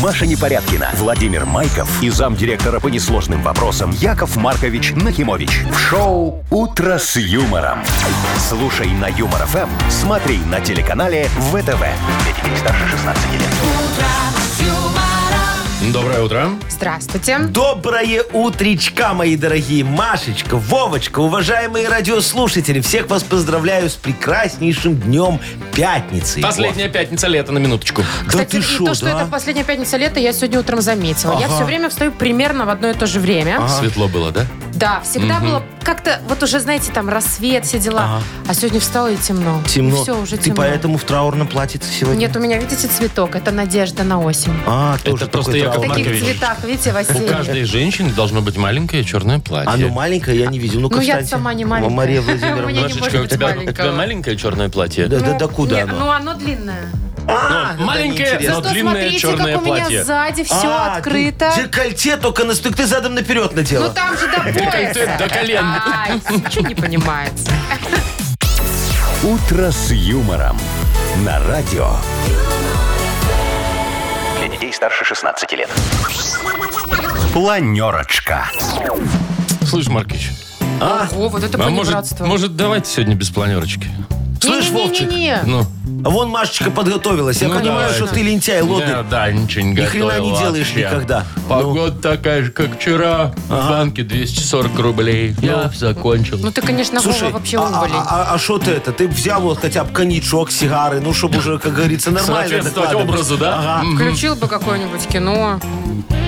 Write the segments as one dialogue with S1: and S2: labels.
S1: Маша Непорядкина, Владимир Майков и замдиректора по несложным вопросам Яков Маркович Нахимович. В шоу «Утро с юмором». Слушай на Юмор ФМ, смотри на телеканале ВТВ. Для детей старше 16 лет.
S2: Доброе утро.
S3: Здравствуйте.
S4: Доброе утречка, мои дорогие. Машечка, Вовочка, уважаемые радиослушатели, всех вас поздравляю с прекраснейшим днем пятницы.
S2: Последняя пятница лета на минуточку.
S4: Вот. Да
S3: Кстати,
S4: ты
S3: и
S4: шо,
S3: то, что
S4: да?
S3: это последняя пятница лета, я сегодня утром заметила. Я все время встаю примерно в одно и то же время.
S2: Светло было, да?
S3: Да, всегда было как-то, вот уже, знаете, там рассвет, все дела. А сегодня встала и темно.
S4: Темно.
S3: И все, уже
S4: ты
S3: темно.
S4: поэтому в траурном платьице сегодня?
S3: Нет, у меня, видите, цветок. Это надежда на осень.
S4: А, тоже
S2: Это просто
S4: такой
S2: Яков
S3: В
S4: траурный.
S3: таких
S2: Маркович,
S3: цветах, видите, в
S2: У
S3: осенних.
S2: каждой женщины должно быть маленькое черное платье.
S4: Оно маленькое, ну, я не видел. Ну,
S3: Ну, я
S4: Константин.
S3: сама не маленькая.
S4: Мария
S3: У меня
S4: Владимировна. ну,
S3: не
S2: Машечка,
S3: может
S2: у,
S3: быть
S2: тебя, у
S3: маленького.
S2: тебя маленькое черное платье?
S4: Да, да, да куда
S3: Не,
S4: оно?
S3: ну оно длинное.
S2: Ну, маленькое,
S4: неинтересно.
S2: но
S3: Зато
S2: длинное
S3: смотрите,
S2: черное
S3: как у меня
S2: платье.
S3: сзади все
S4: А, ты
S3: открыто.
S4: Декольте только на стык ты задом наперед
S3: Ну
S4: надела.
S3: там же до пояса.
S2: до колен.
S3: Ай, ничего не понимается.
S1: «Утро с юмором» на радио. Для детей старше 16 лет. Планерочка.
S2: Слышь, Маркич,
S3: Ого, вот это
S2: а может,
S3: понебратство.
S2: может давайте сегодня без планерочки?
S4: Слышь, Вовчик,
S3: Не-не-не-не-не.
S2: Ну,
S4: а вон Машечка подготовилась. Я
S2: ну
S4: понимаю,
S2: давайте.
S4: что ты лентяй,
S2: Да,
S4: лодырь.
S2: да, ничего не
S4: Ни хрена
S2: готовил
S4: не делаешь
S2: вообще.
S4: никогда.
S2: Погода такая же, как вчера. В банке 240 рублей. Я закончил.
S3: Ну ты, конечно, Вова
S4: Слушай,
S3: вообще
S4: а-
S3: уволень.
S4: а что ты это? Ты взял вот хотя бы коньячок, сигары, ну, чтобы уже, как говорится, нормально
S2: Соответствовать
S4: докладывать.
S2: образу, да?
S4: а,
S2: М.
S3: Включил бы какое-нибудь кино.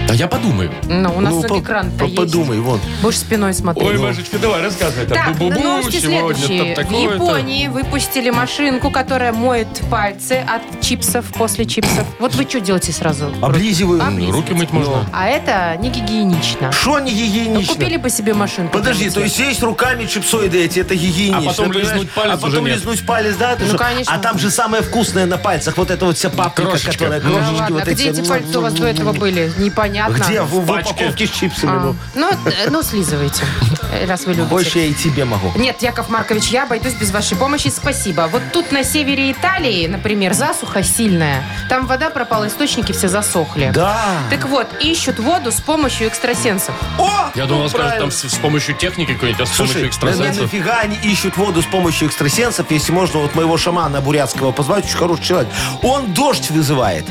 S2: Да А я подумаю.
S3: Ну, у нас
S4: Ну,
S3: тут
S4: по-
S3: экран-то
S4: по- Ну.
S3: есть.
S4: подумай, вон.
S3: Будешь спиной
S2: Ой,
S3: смотреть.
S2: Машечка, давай рассказывай. Там
S3: Ну. Так, ну,
S2: бу-бу-бу,
S3: новости
S2: сегодня
S3: следующие.
S2: там
S3: В
S2: такое-то.
S3: Японии выпустили машинку, которая моет пальцы от чипсов после чипсов. Вот вы что делаете сразу?
S4: А Облизиваю.
S3: Об-
S2: Ну, руки мыть можно.
S3: А это не гигиенично.
S4: Что не
S3: Ну,
S4: гигиенично?
S3: купили бы себе машинку.
S4: Подожди,
S3: прям
S4: то
S3: себе.
S4: есть есть руками чипсоиды эти, это
S2: А
S4: гигиенично.
S2: потом
S4: понимаешь?
S2: лизнуть палец
S4: А
S2: уже
S4: потом
S2: нет.
S4: лизнуть палец, да? ты
S3: Ну,
S4: что?
S3: конечно.
S4: А там же самое вкусное на пальцах, вот это вот вся паприка,
S2: Крошечка.
S4: которая,
S2: Ну,
S3: Да
S4: крошечки
S3: ладно, а
S4: вот ну,
S3: где эти пальцы у вас до этого были? Непонятно.
S4: Где? а, В, в
S2: пачке.
S4: упаковке с чипсами.
S3: А,
S4: ну.
S3: Ну, э, ну, слизывайте, э, раз вы любите.
S4: Больше я и тебе могу.
S3: Нет, Яков Маркович, я обойдусь без вашей помощи, спасибо. Вот тут на севере Италии, например, засуха сильная. Там вода пропала, источники все засохли.
S4: Да.
S3: Так вот, ищут воду с помощью экстрасенсов.
S4: О!
S2: Я
S4: ну,
S2: думал, скажут, там
S4: правильно.
S2: с, с помощью техники какой-нибудь, а с
S4: Слушай,
S2: помощью
S4: да
S2: экстрасенсов.
S4: нафига они ищут воду с помощью экстрасенсов, если можно вот моего шамана бурятского позвать, очень хороший человек. Он дождь вызывает.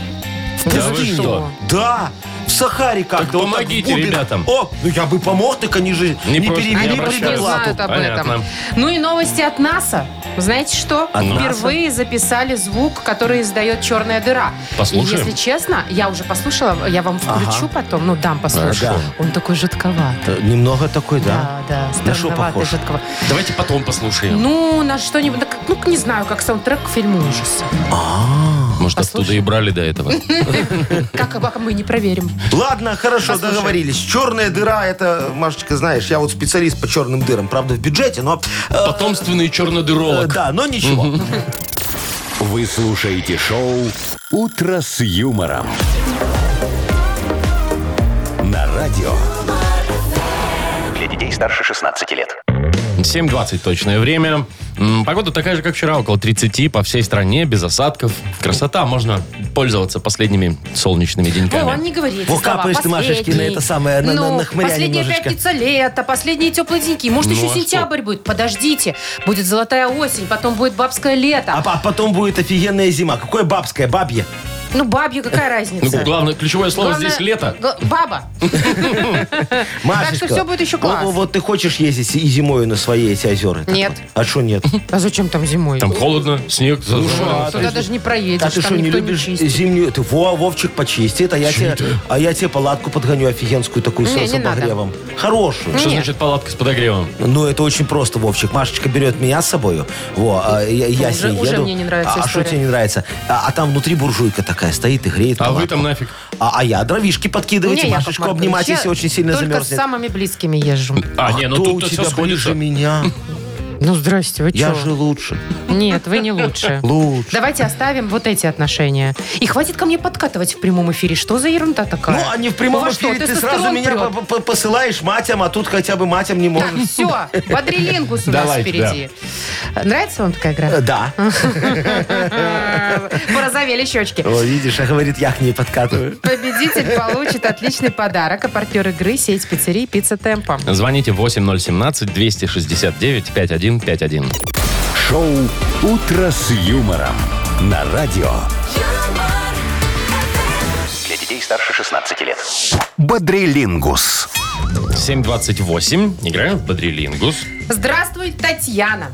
S4: В
S2: Да вы
S4: пустыне.
S2: что?
S4: Да, в Сахаре как-то. вот так, в
S2: помогите
S4: Губе.
S2: ребятам.
S4: О, ну я бы помог, так они же
S2: Не
S4: не,
S2: просят, не
S4: перевели
S2: обращаются.
S4: предоплату.
S3: знают об
S2: Понятно.
S3: этом. Ну и новости от НАСА. Знаете что?
S4: От НАСА?
S3: Впервые записали звук, который издает черная дыра.
S2: Послушаем?
S3: И, если честно, я уже послушала, я вам включу потом, ну дам послушать.
S4: Хорошо.
S3: Он такой жидковатый.
S4: Э, Немного такой,
S3: Да, да,
S4: да? На что
S3: странноватый,
S4: похож?
S3: жидковатый.
S2: Давайте потом послушаем.
S3: Ну, на что-нибудь, да как- ну, не знаю, как саундтрек к фильму ужаса. Ну,
S2: Может, оттуда и брали до этого.
S3: Как, как мы не проверим.
S4: Ладно, хорошо,
S3: Послушаем.
S4: договорились. Черная дыра, это, Машечка, знаешь, я вот специалист по черным дырам, правда, в бюджете, но... э,
S2: Потомственный
S4: э,
S2: чернодыролог.
S4: да, но ничего.
S1: Вы слушаете шоу «Утро с юмором». На радио. Для детей старше 16 лет.
S2: 7.20 точное время. М, Погода такая же, как вчера, около 30 по всей стране, без осадков. Красота, можно пользоваться последними солнечными
S3: Вова,
S2: деньками.
S3: не говори эти
S4: Во,
S3: слова.
S4: капаешь ты, Машечки,
S3: Последний.
S4: на это самое, на- на-
S3: Ну,
S4: на хмыря
S3: последняя
S4: немножечко.
S3: пятница лета, последние теплые деньки. Может,
S2: Ну,
S3: еще
S2: а
S3: сентябрь будет. Подождите. Будет золотая осень, потом будет бабское лето.
S4: А, а потом будет офигенная зима. Какое бабское, бабье?
S3: Ну, бабью
S4: Э,
S3: какая
S2: Ну,
S3: разница?
S2: главное, ключевое слово
S3: Главное,
S2: здесь лето.
S3: г- Баба.
S4: Машечка,
S3: что всё будет еще
S4: вот-
S3: класс.
S4: Вот, вот ты хочешь ездить и зимой на свои эти озера?
S3: Нет.
S4: А что нет?
S3: А зачем там зимой?
S2: Там холодно, снег,
S4: шо,
S2: зазор.
S4: а
S3: Туда
S4: ты-
S3: даже не проедешь,
S4: А ты
S3: там
S4: что, не
S3: никто
S4: любишь
S3: не чистит.
S4: зимнюю? Ты, во, Вовчик, почисти это. Я
S2: Чё
S4: тебе,
S2: это?
S4: а я тебе палатку подгоню офигенскую такую
S3: Не,
S4: с
S3: не надо.
S4: обогревом. Хорошую.
S2: Что
S3: Нет.
S2: значит палатка с подогревом?
S4: Ну, это очень просто, Вовчик. Машечка берет меня с собою. Во, а я, я
S3: Уже-
S4: с ней
S3: уже
S4: еду.
S3: мне не нравится
S4: А- А что
S3: история.
S4: тебе не нравится? А, а там внутри буржуйка такая стоит и греет.
S2: А вы
S4: палатку.
S2: там нафиг.
S4: А, а я дровишки подкидывать,
S3: Не,
S4: и
S3: Яков
S4: Машечку
S3: Маркович,
S4: обнимать,
S3: я
S4: если очень сильно
S3: только с
S4: замерзнет.
S3: самыми близкими езжу.
S2: А, не, ну
S4: Кто у
S2: тут все
S4: тебя ближе
S2: сходится.
S4: меня? говорю.
S3: Ну, здрасте, вы
S4: Я
S3: чё?
S4: же лучше.
S3: Нет, вы не лучше.
S4: Лучше.
S3: Давайте оставим вот эти отношения. И хватит ко мне подкатывать в прямом эфире. Что за ерунда такая?
S4: Ну, а не в
S3: У
S4: прямом
S3: вас
S4: эфире
S3: что,
S4: ты сразу
S3: тестостерон
S4: меня
S3: прет?
S4: по- по- посылаешь матям, а тут хотя бы матям не можешь.
S3: Все, квадрилингус у нас
S2: Давайте,
S3: впереди. Нравится вам такая
S4: Э,
S3: игра?
S4: Да.
S3: Порозовели щечки.
S4: О, видишь, а говорит, я к ней подкатываю.
S3: Победитель получит отличный подарок, а партнер игры – сеть пиццерий «Пицца Темпа».
S2: Звоните 8017-269-5151.
S1: Шоу «Утро с юмором» на радио.
S5: юмор,
S6: Для детей старше 16 лет.
S1: Бодрилингус.
S2: 7.28. Играем в Бодрилингус.
S3: Здравствуй, Татьяна.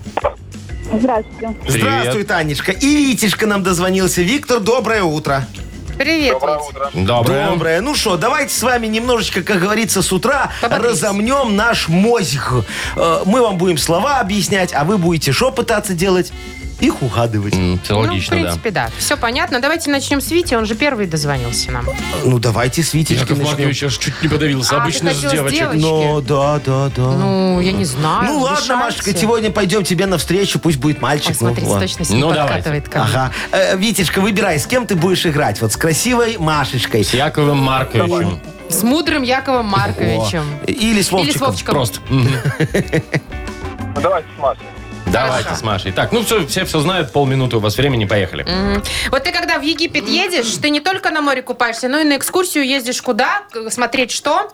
S7: Здравствуйте.
S4: Э, Здравствуй, Танечка. И Витишка нам дозвонился. Виктор, доброе утро.
S3: Привет, Вить.
S2: Доброе.
S4: Доброе. Ну что, давайте с вами немножечко, как говорится, с утра
S3: Пободрись.
S4: разомнем наш мозг. Э, Мы вам будем слова объяснять, а вы будете что пытаться делать? Их угадывать.
S2: М, Все логично,
S3: ну, в
S2: да.
S3: принципе, да. Все понятно. Давайте начнем с Вити, он же первый дозвонился нам.
S4: Ну давайте с Витечки
S2: Яков
S4: начнем.
S2: Маркович аж чуть не подавился.
S3: А,
S2: Обычно
S3: ты
S2: с
S3: хотел с
S2: девочек.
S3: девочек?
S4: Ну да, да, да.
S3: Ну, я не знаю.
S4: Ну ладно,
S3: решайте.
S4: Машечка, сегодня пойдем тебе навстречу, пусть будет мальчик.
S3: Ой, смотрите,
S4: Ну, ладно.
S3: точно себе
S2: Ну, давайте.
S3: подкатывает ко мне.
S4: Ага. Э, Витечка, выбирай, с кем ты будешь играть. Вот с красивой Машечкой.
S2: С Яковым Марковичем.
S3: С мудрым Яковом Марковичем.
S4: Или с
S3: Или с
S4: Вовчиком.
S3: Вовчиком.
S2: Просто. Мгм.
S8: Ну, давайте с Машей.
S2: Давайте с Машей. Так, ну все, все все знают, полминуты у вас времени, поехали.
S3: Мгм. Вот ты когда в Египет едешь, ты не только на море купаешься, но и на экскурсию ездишь куда? К- Смотреть что?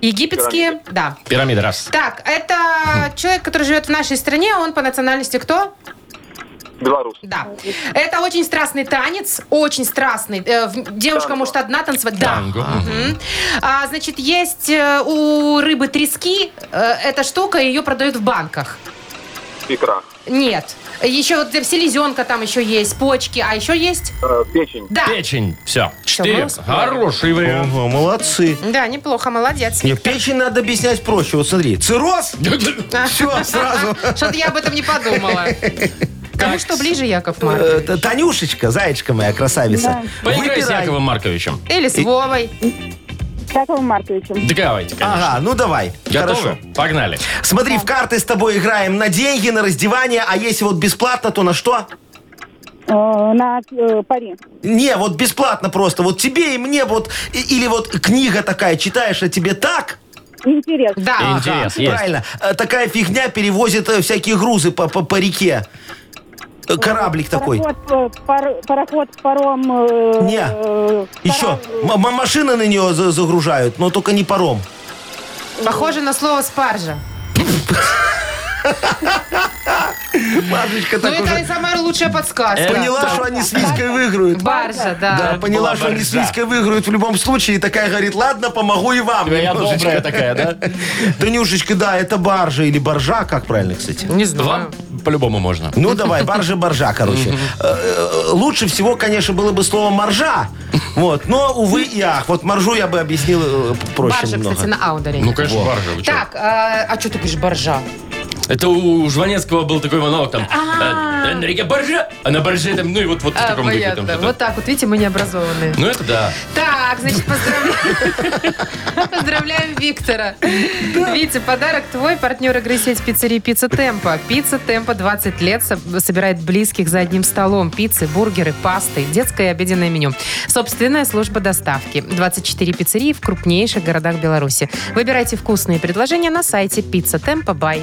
S3: Египетские, да.
S2: Пирамида, раз.
S3: Так,
S4: Хм.
S3: это человек, который живет в нашей стране, он по национальности кто?
S8: Беларусь.
S3: Да. Это очень страстный танец, очень страстный. Э, в- Девушка
S8: Танго.
S3: может одна танцевать. Да.
S2: Танго. Мгм.
S3: Мгм. А, значит, есть э, у рыбы трески. э, эта штука, ее продают в банках.
S8: Икра.
S3: Нет. Еще вот селезенка там еще есть, почки. А еще есть?
S8: Э, печень.
S3: Да.
S2: Печень. Все. Четыре.
S3: голос?
S2: Хороший вариант.
S4: Ого, молодцы.
S3: Да, неплохо, молодец.
S4: Не, печень надо объяснять проще. Вот смотри, цирроз, все, сразу.
S3: А? Что-то я об этом не подумала. Кому что ближе, Яков Марк?
S4: Э, Т- Танюшечка, зайчка моя, красавица.
S2: Поиграй с
S4: выбирай.
S2: Яковым Марковичем.
S3: Или с Вовой.
S7: Яковом Марковичем.
S2: Давайте, конечно.
S4: Ага, ну давай.
S2: Готовы?
S4: Хорошо.
S2: Погнали.
S4: Смотри, в карты с тобой играем на деньги, на раздевание, а если вот бесплатно, то на что?
S7: Э, На э, пари.
S4: Не, вот бесплатно просто. Вот тебе и мне вот... и- Или вот книга такая, читаешь, а тебе так?
S7: Интересно.
S3: Да.
S2: Интерес есть.
S4: Правильно. Э, Такая фигня перевозит э, всякие грузы по, по, по реке. Э, Кораблик такой.
S7: Пароход, э, пар- пароход, паром. э,
S4: Не.
S7: э,
S4: Еще.
S7: паром,
S4: М- м- машины на нее за- загружают, но только не паром.
S3: Похоже на слово спаржа.
S4: Машечка
S3: Ну,
S4: так
S3: это и
S4: уже Э,
S3: самая лучшая
S2: Э,
S3: подсказка.
S4: поняла, что они с Виской выиграют.
S3: Баржа,
S4: Да,
S3: да.
S4: поняла, что они с
S2: Баржа.
S4: Виской выиграют в любом случае. И такая говорит, ладно, помогу и вам.
S2: Я
S4: немножечко».
S2: добрая такая, да?
S4: Танюшечка, да, это баржа или боржа, как правильно, кстати?
S3: Не
S2: Вам по-любому можно.
S4: Ну, давай, баржа-боржа, короче. Э, э, Лучше всего, конечно, было бы слово «моржа». Вот, но, увы и ах. Вот «моржу» я бы объяснил э, проще
S3: Баржа,
S4: немного.
S3: кстати, на А ударение.
S2: Ну, конечно, баржа. вы чё?
S3: Так, э, а что ты говоришь, баржа?
S2: Это у Жванецкого был такой монолог там. э, Энрике Боржа. А на Борже там, ну и вот вот в
S3: А,
S2: таком духе там
S3: понятно.
S2: что-то.
S3: Вот так вот, видите, мы необразованные.
S2: Ну это да.
S3: Так, значит, поздравляем. Поздравляем Виктора. Витя, подарок твой. Партнер игры сеть пиццерии «Пицца Темпа». «Пицца Темпа» 20 лет со- собирает близких за одним столом. Пиццы, бургеры, пасты, детское и обеденное меню. Собственная служба доставки. 24 пиццерии в крупнейших городах Беларуси. Выбирайте вкусные предложения на сайте «Пицца Темпа Бай».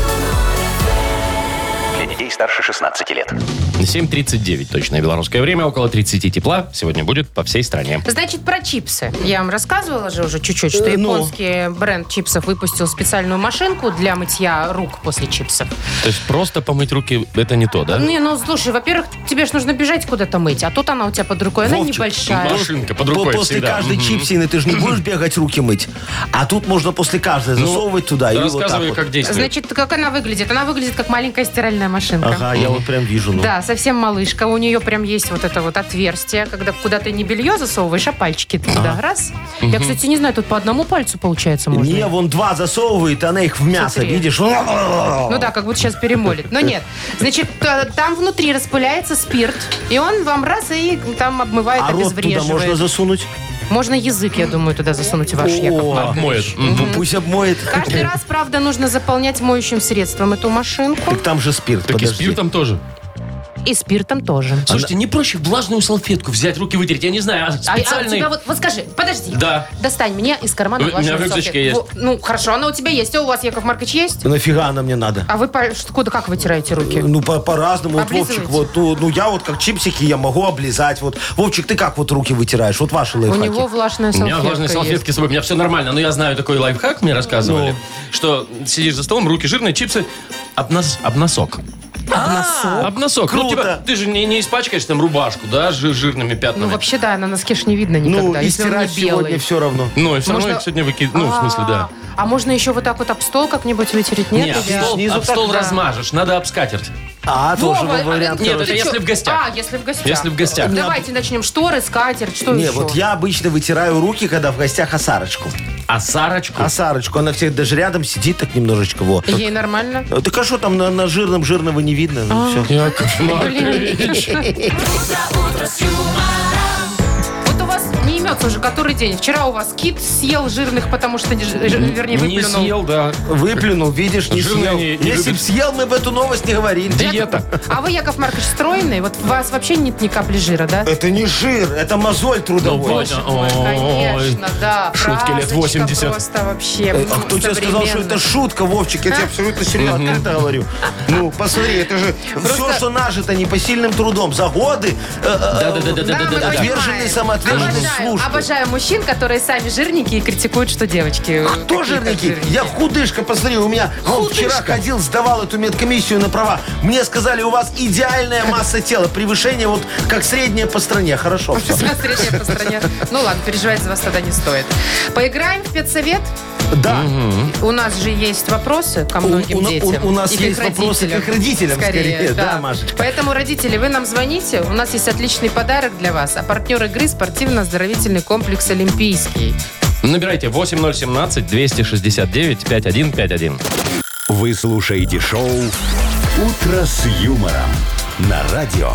S6: Для детей старше 16 лет.
S2: 7.39 точное белорусское время. Около 30 тепла сегодня будет по всей стране.
S3: Значит, про чипсы. Я вам рассказывала же уже чуть-чуть, что
S4: Э, ну.
S3: японский бренд чипсов выпустил специальную машинку для мытья рук после чипсов.
S2: То есть просто помыть руки это не то, да?
S3: Не, ну слушай, во-первых, тебе же нужно бежать куда-то мыть, а тут она у тебя под рукой, она
S4: Вовчик, ну,
S3: небольшая.
S2: Машинка под
S4: По-
S2: рукой
S4: после
S2: всегда.
S4: каждой
S2: Мгм.
S4: чипсины ты же не будешь бегать руки мыть. А тут можно после каждой засовывать туда. И вот так
S2: Ну, Рассказывай,
S4: вот.
S2: как действует.
S3: Значит, как она выглядит? Она выглядит как маленькая стиральная машинка.
S4: Ага, я вот прям вижу. ну.
S3: Да, совсем малышка. У нее прям есть вот это вот отверстие, когда куда ты не белье засовываешь, а пальчики туда. Раз. Я, кстати, не знаю, тут по одному пальцу получается можно.
S4: Не, вон два засовывает, она их в мясо,
S3: Смотри.
S4: видишь?
S3: Ну да, как будто сейчас перемолит. Но нет. Значит, э, там внутри распыляется спирт, и он вам раз и там обмывает,
S4: А рот туда
S3: обезвреживает.
S4: можно засунуть?
S3: Можно язык, я думаю, туда засунуть, и ваш Яков.
S4: О,
S2: Обмоет.
S4: ну пусть обмоет.
S3: Каждый раз, правда, нужно заполнять моющим средством эту машинку.
S4: Так там же спирт,
S2: Так и
S4: подожди.
S2: спиртом тоже.
S3: И спиртом тоже.
S2: Слушайте, не проще влажную салфетку взять, руки вытереть, я не знаю, а
S3: А, а у
S2: специальный...
S3: тебя вот, вот скажи, подожди.
S2: Да.
S3: Достань мне из кармана
S2: У меня
S3: влажную
S2: в рюкзачке
S3: салфетку.
S2: есть.
S3: Во- Ну, хорошо, она у тебя есть. А у вас, Яков Маркович, есть?
S4: Нафига она мне надо?
S3: А вы по- что- куда как вытираете руки?
S4: Ну, по- по-разному. Вот
S3: Облизываете?
S4: Вовчик, вот, ну, ну, я вот как чипсики, я могу облизать. Вот, Вовчик, ты как вот руки вытираешь? Вот ваши
S3: У
S4: лайфхаки.
S3: него влажная
S2: У
S3: салфетка
S2: меня влажные
S3: есть. Ну.
S2: салфетки с собой, у меня все нормально. Но я знаю такой лайфхак, мне рассказывали, что сидишь за столом, руки жирные, чипсы, об, нос- об носок. А, Об носок. Ну,
S4: Круто.
S2: типа, ты же не, не испачкаешь там рубашку, да, жир- жирными
S3: Ну,
S2: пятнами.
S3: вообще, да, на носке ж не видно никогда,
S4: Ну, и
S3: если он не
S4: стирать сегодня
S3: белый.
S4: все равно.
S2: Ну, и все равно
S3: Можно-
S2: их сегодня выкидываю. Ну, в смысле, да.
S3: А а можно еще вот так вот об стол как-нибудь вытереть? Нет?
S2: Не, об
S3: или-
S2: стол,
S4: Снизу
S2: об стол
S4: так, да.
S2: размажешь, надо об скатерть.
S4: А,
S3: Вова,
S4: тоже был
S3: а,
S4: вариант.
S3: ты
S2: Нет,
S4: хороший.
S2: это
S3: чё?
S2: если в гостях.
S3: А, если в гостях.
S2: Если в гостях.
S3: Давайте начнем. Шторы, скатерть, что
S4: Не,
S3: еще?
S4: вот я обычно вытираю руки, когда в гостях осарочку.
S2: А Сарочку?
S4: Осарочку, она всех даже рядом сидит так немножечко, вот.
S3: Ей нормально?
S4: Так а что там на, на жирном жирного не видно? Ну, всё.
S2: Яков
S3: Маркович. Вот у вас не имется уже который день. Вчера у вас кит съел жирных, потому что, не ж- ж- вернее,
S2: Не
S3: выплюнул.
S2: съел, да.
S3: А.
S4: Выплюнул, видишь, не
S2: Жирные
S4: съел.
S2: не- не
S4: Если б
S2: любят.
S4: съел, мы бы эту новость не говорили.
S2: Диета.
S3: А вы, Яков Маркович, стройный? Вот у вас вообще нет ни капли жира, да?
S4: Это не жир, Ну, это мозоль трудовой.
S2: Понятно.
S3: Ой, Конечно, да.
S2: шутки лет
S3: Фразочка
S2: 80.
S3: Просто вообще.
S4: Э, А кто тебе сказал, что это шутка, Вовчик? Я тебе абсолютно серьезно это говорю. Ну, посмотри, это же все, что нажито непосильным трудом за годы. э, э,
S2: Да-да-да-да-да-да-да.
S4: Отверженный, самоотверженный,
S3: Обожаю,
S4: слушай.
S3: обожаю мужчин, которые сами жирники и критикуют, что девочки.
S4: Кто жирники? Я худышка, посмотри, у меня он вчера ходил, сдавал эту медкомиссию на права. Мне сказали, у вас идеальная масса тела, превышение вот как среднее по стране.
S3: Ну,
S4: Хорошо, все.
S3: Средняя по стране. Ну ладно, переживать за вас тогда не стоит. Поиграем в спецсовет.
S4: Да.
S3: У нас же есть вопросы ко
S4: У-
S3: многим
S4: у на-
S3: детям.
S4: у- у нас
S3: И к их
S4: есть вопросы к их родителям, скорее, да, Машечка.
S3: Поэтому, родители, вы нам звоните. У нас есть отличный подарок для вас. А партнер игры – спортивно-оздоровительный комплекс «Олимпийский».
S2: Набирайте 8017-269-5151.
S1: Вы слушаете шоу «Утро с юмором» на радио.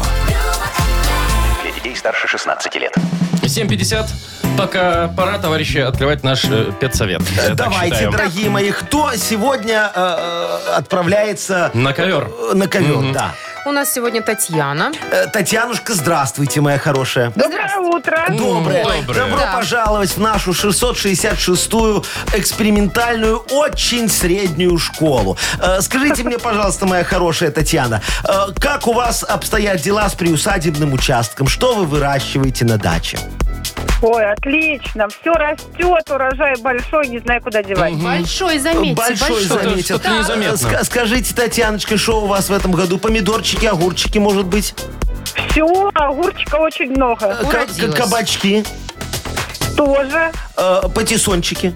S6: Для детей старше 16 лет.
S2: 7.50. Пока пора, товарищи, открывать наш э, педсовет. Я так
S4: Давайте,
S2: считаю.
S4: дорогие мои, кто сегодня э, э, отправляется
S2: На ковер.
S4: э, на ковер, да.
S3: У нас сегодня Татьяна.
S4: Э, Татьянушка, здравствуйте, моя хорошая.
S7: Доброе утро.
S4: Доброе.
S2: Доброе.
S4: Добро
S3: Да.
S4: пожаловать в нашу 666-ю экспериментальную, очень среднюю школу. Э, Скажите мне, пожалуйста, моя хорошая Татьяна, э, как у вас обстоят дела с приусадебным участком? Что вы выращиваете на даче?
S7: Ой, отлично. Все растет, урожай большой, не знаю, куда девать.
S3: Большой, заметьте.
S4: Большой заметил.
S2: что-то незаметно.
S4: Ска- Скажите, Татьяночка, что у вас в этом году? Помидорчики, огурчики, может быть?
S7: Все, огурчика очень много.
S4: Э, ка-
S3: Уродилось.
S4: кабачки,
S7: Тоже.
S4: э, патиссончики.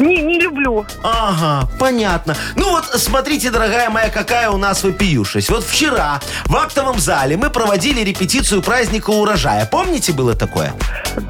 S7: Не, не люблю.
S4: Ага, понятно. Ну вот, смотрите, дорогая моя, какая у нас вопиюшесть. Вот вчера в актовом зале мы проводили репетицию праздника урожая. Помните, было такое?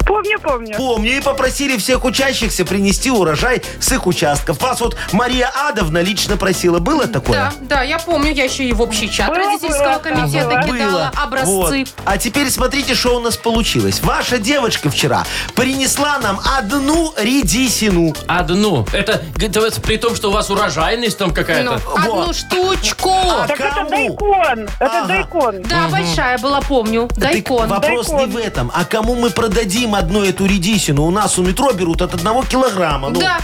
S7: Помню, помню.
S4: Помню. И попросили всех учащихся принести урожай с их участков. Вас вот Мария Адовна лично просила. Было такое?
S3: Да, да, я помню, я еще и в общий чат
S7: Было,
S3: родительского
S7: было,
S3: комитета
S7: было.
S3: кидала образцы.
S4: Вот. А теперь смотрите, что у нас получилось. Ваша девочка вчера принесла нам одну редисину.
S2: Одну. А, ну, Это, это вот при том, что у вас урожайность там
S3: Ну,
S2: какая-то.
S3: одну штучку.
S4: А
S7: так
S4: кому?
S7: это дайкон. Это
S4: Ага.
S7: дайкон.
S3: Да, большая была, помню. Дайкон.
S4: Так вопрос
S7: Дайкон.
S4: не в этом, а кому мы продадим одну эту редисину? У нас у метро берут от одного килограмма. Ну,
S3: Да.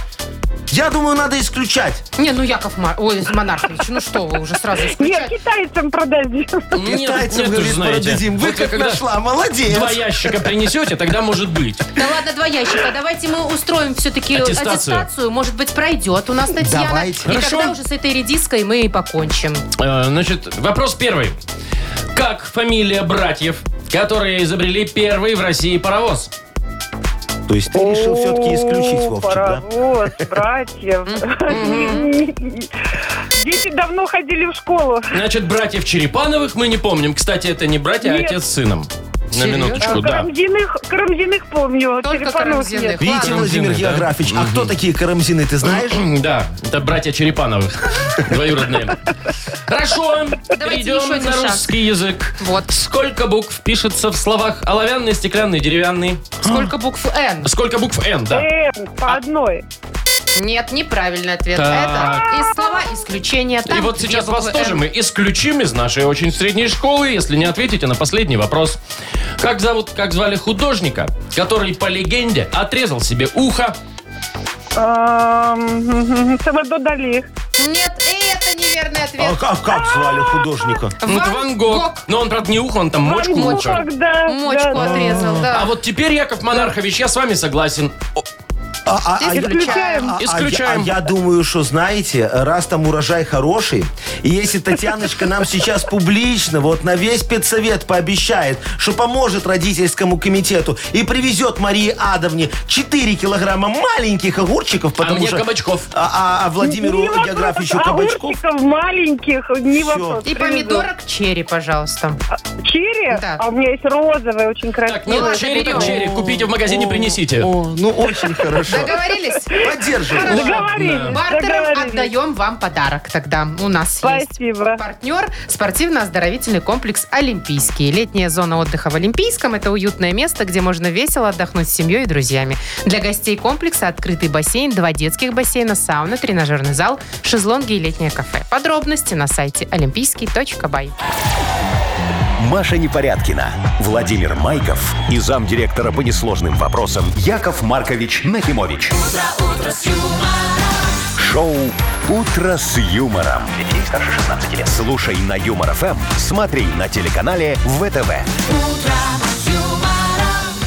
S4: Я думаю, надо исключать.
S3: Не, ну Яков Мар... Ой, Монархович, ну что вы уже сразу
S7: Нет,
S3: исключаете?
S7: китайцам продадим.
S2: Ну, Нет, нет,
S4: Китайцам,
S2: вы же
S4: говорит,
S2: знаете.
S4: продадим.
S2: Вот
S4: Вы
S2: вы
S4: как
S2: когда
S4: нашла, молодец.
S2: Два ящика принесете, тогда может быть.
S3: Да ладно, два ящика. Давайте мы устроим все-таки
S2: Аттестацию.
S3: аттестацию. Может быть, пройдет у нас Татьяна.
S4: Давайте.
S3: И
S2: Хорошо.
S3: тогда уже с этой редиской мы и покончим.
S2: Э, Значит, вопрос первый. Как фамилия братьев, которые изобрели первый в России паровоз?
S4: То есть ты решил все-таки исключить,
S7: О,
S4: Вовчик, да?
S7: Паровоз, братьев. Дети давно ходили в школу.
S2: Значит, братьев Черепановых мы не помним. Кстати, это не братья, а
S7: Нет.
S2: отец с сыном. На
S3: Серьезно?
S2: минуточку, да.
S7: А Карамзиных, карамзиных помню.
S3: Только
S7: Черепановых нет.
S3: карамзиных.
S4: Видите,
S2: Ладно.
S4: Владимир
S2: Карамзины, да?
S4: Географич, а кто такие карамзины, ты знаешь?
S2: Да, это братья Черепановых. Двоюродные. Хорошо,
S3: Давайте
S2: перейдем
S3: еще один
S2: на
S3: шаг.
S2: русский язык.
S3: Вот.
S2: Сколько букв пишется в словах оловянный, стеклянный, деревянный?
S3: Сколько букв Н?
S2: Сколько букв Н, да? А
S7: Н, Эм, по одной.
S3: Нет, неправильный ответ.
S2: Так.
S3: Это и слова исключения. Там
S2: И вот
S3: две
S2: сейчас вас
S3: буквы
S2: тоже
S3: «Н».
S2: мы исключим из нашей очень средней школы, если не ответите на последний вопрос. Как зовут, как звали художника, который по легенде отрезал себе ухо?
S7: Эм, Сальвадор Дали.
S3: Нет, и это неверный ответ.
S4: А как, как звали художника?
S2: Ну, это
S3: Ван
S2: Ван Гог.
S3: Гог.
S2: Но он, правда, не ухо, он там мочку
S7: Ван
S2: мочил.
S7: Гог, да,
S3: Мочку
S7: да.
S3: отрезал, да.
S2: А вот теперь, Яков Монархович, я с вами согласен. О,
S4: А- а- а-
S7: Исключаем.
S4: А- а
S2: Исключаем.
S4: я- а я думаю, что, знаете, раз там урожай хороший, и если Татьяночка нам сейчас публично, вот на весь спецсовет пообещает, что поможет родительскому комитету и привезет Марии Адовне 4 килограмма маленьких огурчиков, потому
S2: мне
S4: что...
S2: кабачков.
S4: А, а- а Владимиру
S7: Не вопрос, а
S4: Географичу кабачков.
S7: огурчиков маленьких, не
S4: Всё.
S7: вопрос.
S3: И
S7: привезу.
S3: помидорок черри, пожалуйста.
S7: Черри?
S3: Да.
S7: А у меня есть розовый, очень
S2: Так,
S7: красивый.
S2: нет,
S3: ладно,
S2: черри, так
S3: берем.
S2: черри. Купите в магазине, принесите.
S4: О, ну очень хорошо.
S3: Договорились?
S4: Поддерживаю.
S7: Договорились,
S3: Бартером
S7: договорились.
S3: отдаем вам подарок тогда. У нас есть
S7: Спасибо.
S3: партнер спортивно-оздоровительный комплекс «Олимпийский». Летняя зона отдыха в Олимпийском – это уютное место, где можно весело отдохнуть с семьей и друзьями. Для гостей комплекса открытый бассейн, два детских бассейна, сауна, тренажерный зал, шезлонги и летнее кафе. Подробности на сайте олимпийский.бай.
S1: Маша Непорядкина, Владимир Майков и замдиректора по несложным вопросам Яков Маркович Нахимович. Шоу Утро с юмором. Детей старше 16 лет. Слушай на юмор ФМ, смотри на телеканале ВТВ.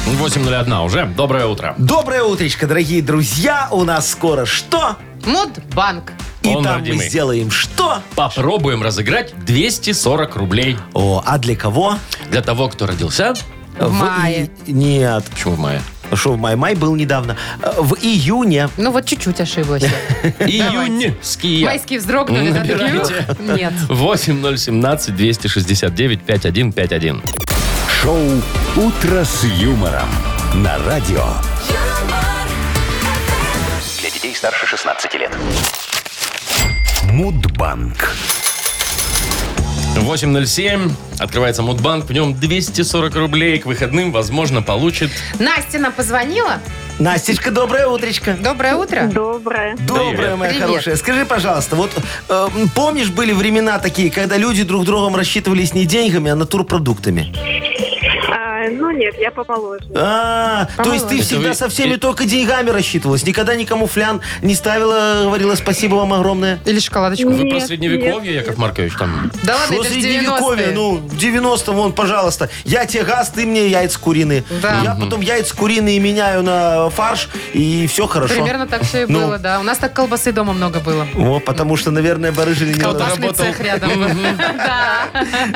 S2: 8.01 уже. Доброе утро.
S4: Доброе утречко, дорогие друзья. У нас скоро что?
S3: Мудбанк.
S4: И
S2: Он,
S4: там
S2: родимый.
S4: мы сделаем что?
S2: Попробуем разыграть 240 рублей
S4: О, а для кого?
S2: для того, кто родился.
S4: В
S3: мае.
S4: и- Нет.
S2: Почему в мае?
S4: Что в мае? Май был недавно. Э, В июне.
S3: Ну вот чуть-чуть ошиблась.
S2: Июньские.
S3: Майские вздрогнули. да,
S2: Набирайте.
S3: такие, «Ух, Нет.
S2: 8017 269 5151.
S1: Шоу Утро с юмором на радио.
S6: Для детей старше 16 лет.
S1: Мудбанк.
S2: 807. Открывается мудбанк. В нем 240 рублей. К выходным, возможно, получит.
S3: Настя нам позвонила.
S4: Настечка, доброе утречко.
S3: Доброе утро.
S7: Доброе.
S4: Доброе,
S2: Привет.
S4: моя
S3: Привет.
S4: хорошая. Скажи, пожалуйста, вот э, м, помнишь, были времена такие, когда люди друг другом рассчитывались не деньгами, а натурпродуктами?
S7: А, ну нет, я помоложе.
S4: А, то есть ты
S2: Это
S4: всегда
S2: вы-
S4: со всеми
S2: и-
S4: только деньгами рассчитывалась, никогда никому флян не ставила, говорила спасибо вам огромное.
S3: Или шоколадочку.
S2: Вы про
S7: Нет,
S2: средневековье, Яков Маркович, там?
S3: Да ладно,
S4: Что
S3: это же
S4: средневековье?
S3: 90-е.
S4: Ну, в 90-м, вон, пожалуйста. Я тебе газ, ты мне яйца куриные.
S3: Да.
S4: Я потом яйца куриные меняю на фарш, и все хорошо.
S3: Примерно так все и
S4: Ну.
S3: было, да. У нас так колбасы дома много было.
S4: О, потому что, наверное, барыжили не
S2: Кто-то
S4: на-
S3: Колбасный
S2: работал.
S3: цех рядом. Да.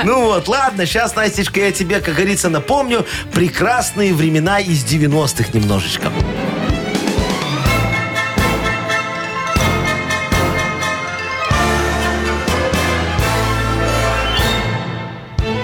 S4: Ну вот, ладно, сейчас, Настечка, я тебе, как говорится, напомню прекрасные времена из 90-х немножечко.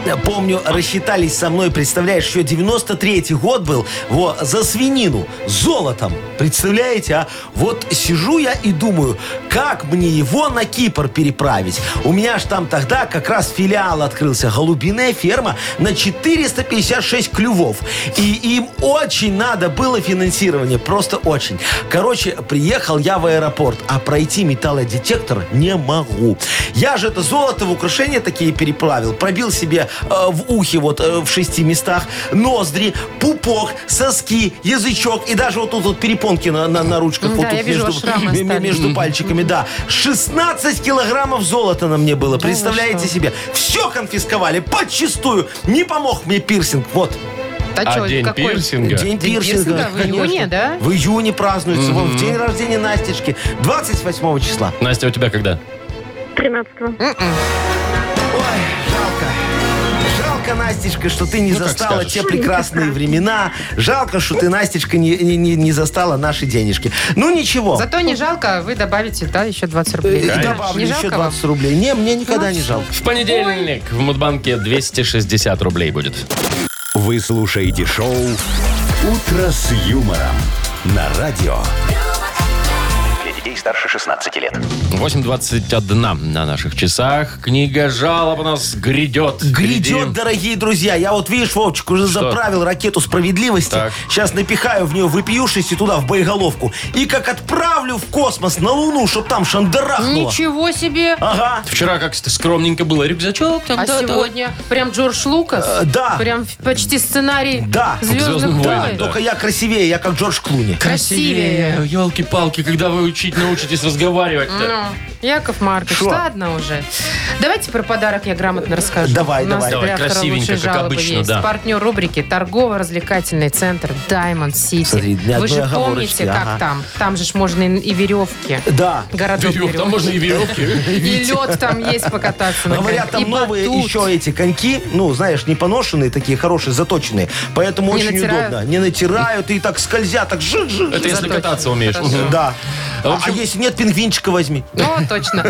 S4: Э, Помню, рассчитались со мной, представляешь, еще 93-й год был, во, за свинину, золотом. Представляете, а? Вот сижу я и думаю, как мне его на Кипр переправить? У меня ж там тогда как раз филиал открылся, голубиная ферма на 456 клювов. И им очень надо было финансирование, просто очень. Короче, приехал я в аэропорт, а пройти металлодетектор не могу. Я же это золото в украшения такие переправил, пробил себе э, в ухе вот э, в шести местах ноздри, пупок, соски, язычок и даже вот тут вот перепонки на, на, на ручках.
S3: М,
S4: вот
S3: да,
S4: тут
S3: я вижу,
S4: между,
S3: шрамы
S4: м-
S3: стали.
S4: м- между пальчиками, да. 16 килограммов золота на мне было, представляете себе? Все конфисковали, подчистую. Не помог мне пирсинг, вот.
S3: Да
S2: А
S3: чё,
S2: день
S3: какой?
S2: пирсинга?
S4: День
S3: День пирсинга в
S4: конечно.
S3: июне, да?
S4: В июне празднуется, вон, в день рождения Настечки, 28 числа.
S2: Настя, у тебя когда?
S7: 13
S4: Ой, жалко. Жалко, Настечка, что ты не
S2: Ну, как
S4: застала
S2: скажешь.
S4: те прекрасные времена. Жалко, что ты, Настечка, не, не- не- не застала наши денежки. Ну, ничего.
S3: Зато не жалко, вы добавите, да, еще 20
S4: Э,
S3: рублей.
S4: Добавлю
S3: Не
S4: еще
S3: жалко вам?
S4: 20 рублей. Не, мне никогда не жалко.
S2: В понедельник в Мудбанке 260 рублей будет.
S1: Вы слушаете шоу Утро с юмором на радио.
S6: Для детей детей старше 16 лет.
S2: 8.21 на наших часах. Книга жалоб у нас грядет.
S4: Грядет,
S2: Впереди.
S4: дорогие друзья. Я вот, видишь, Вовчик, уже заправил ракету справедливости.
S2: Так.
S4: Сейчас напихаю в нее выпиюшись и туда, в боеголовку. И как отправлю в космос, на Луну, чтоб там шандарахнуло.
S3: Ничего себе!
S4: Ага.
S2: Вчера как-то скромненько было. Рюкзачок там,
S3: А
S2: да, да.
S3: сегодня прям Джордж Лукас?
S4: Э, да.
S3: Прям в- почти сценарий
S4: Да.
S3: «Звездных
S2: «Звездных войн»,
S3: войн».
S2: да.
S4: Только я красивее, я как Джордж Клуни.
S3: Красивее.
S2: Елки-палки, когда вы учить научитесь разговаривать-то.
S3: Ну, Яков Маркович,
S4: Шо?
S3: ладно уже. Давайте про подарок я грамотно расскажу.
S4: Давай,
S3: У нас
S4: давай.
S3: для
S2: Давай,
S3: автора
S2: красивенько,
S3: лучшей
S2: как
S3: жалобы
S2: обычно,
S3: есть.
S2: да.
S3: Партнер рубрики «Торгово-развлекательный центр Diamond
S4: Смотри, ни
S3: City». Вы
S4: одной
S3: же
S4: оговорочки,
S3: помните, как
S4: ага.
S3: там? Там же ж можно и и веревки.
S4: Да.
S3: Городок
S2: Верев- А Там можно и веревки.
S3: И лед там есть покататься. на
S4: Говорят,
S3: коньках.
S4: там
S3: И
S4: новые
S3: батут.
S4: еще эти коньки, ну, знаешь, не поношенные, такие хорошие, заточенные. Поэтому
S3: Не
S4: очень
S3: натирают?
S4: удобно. Не натирают и так скользят, так жжж.
S2: Это если
S3: Заточено.
S2: кататься умеешь.
S3: Хорошо.
S4: Да.
S2: А в
S4: А,
S2: общем-
S4: а если нет, пингвинчика возьми.
S3: О, точно.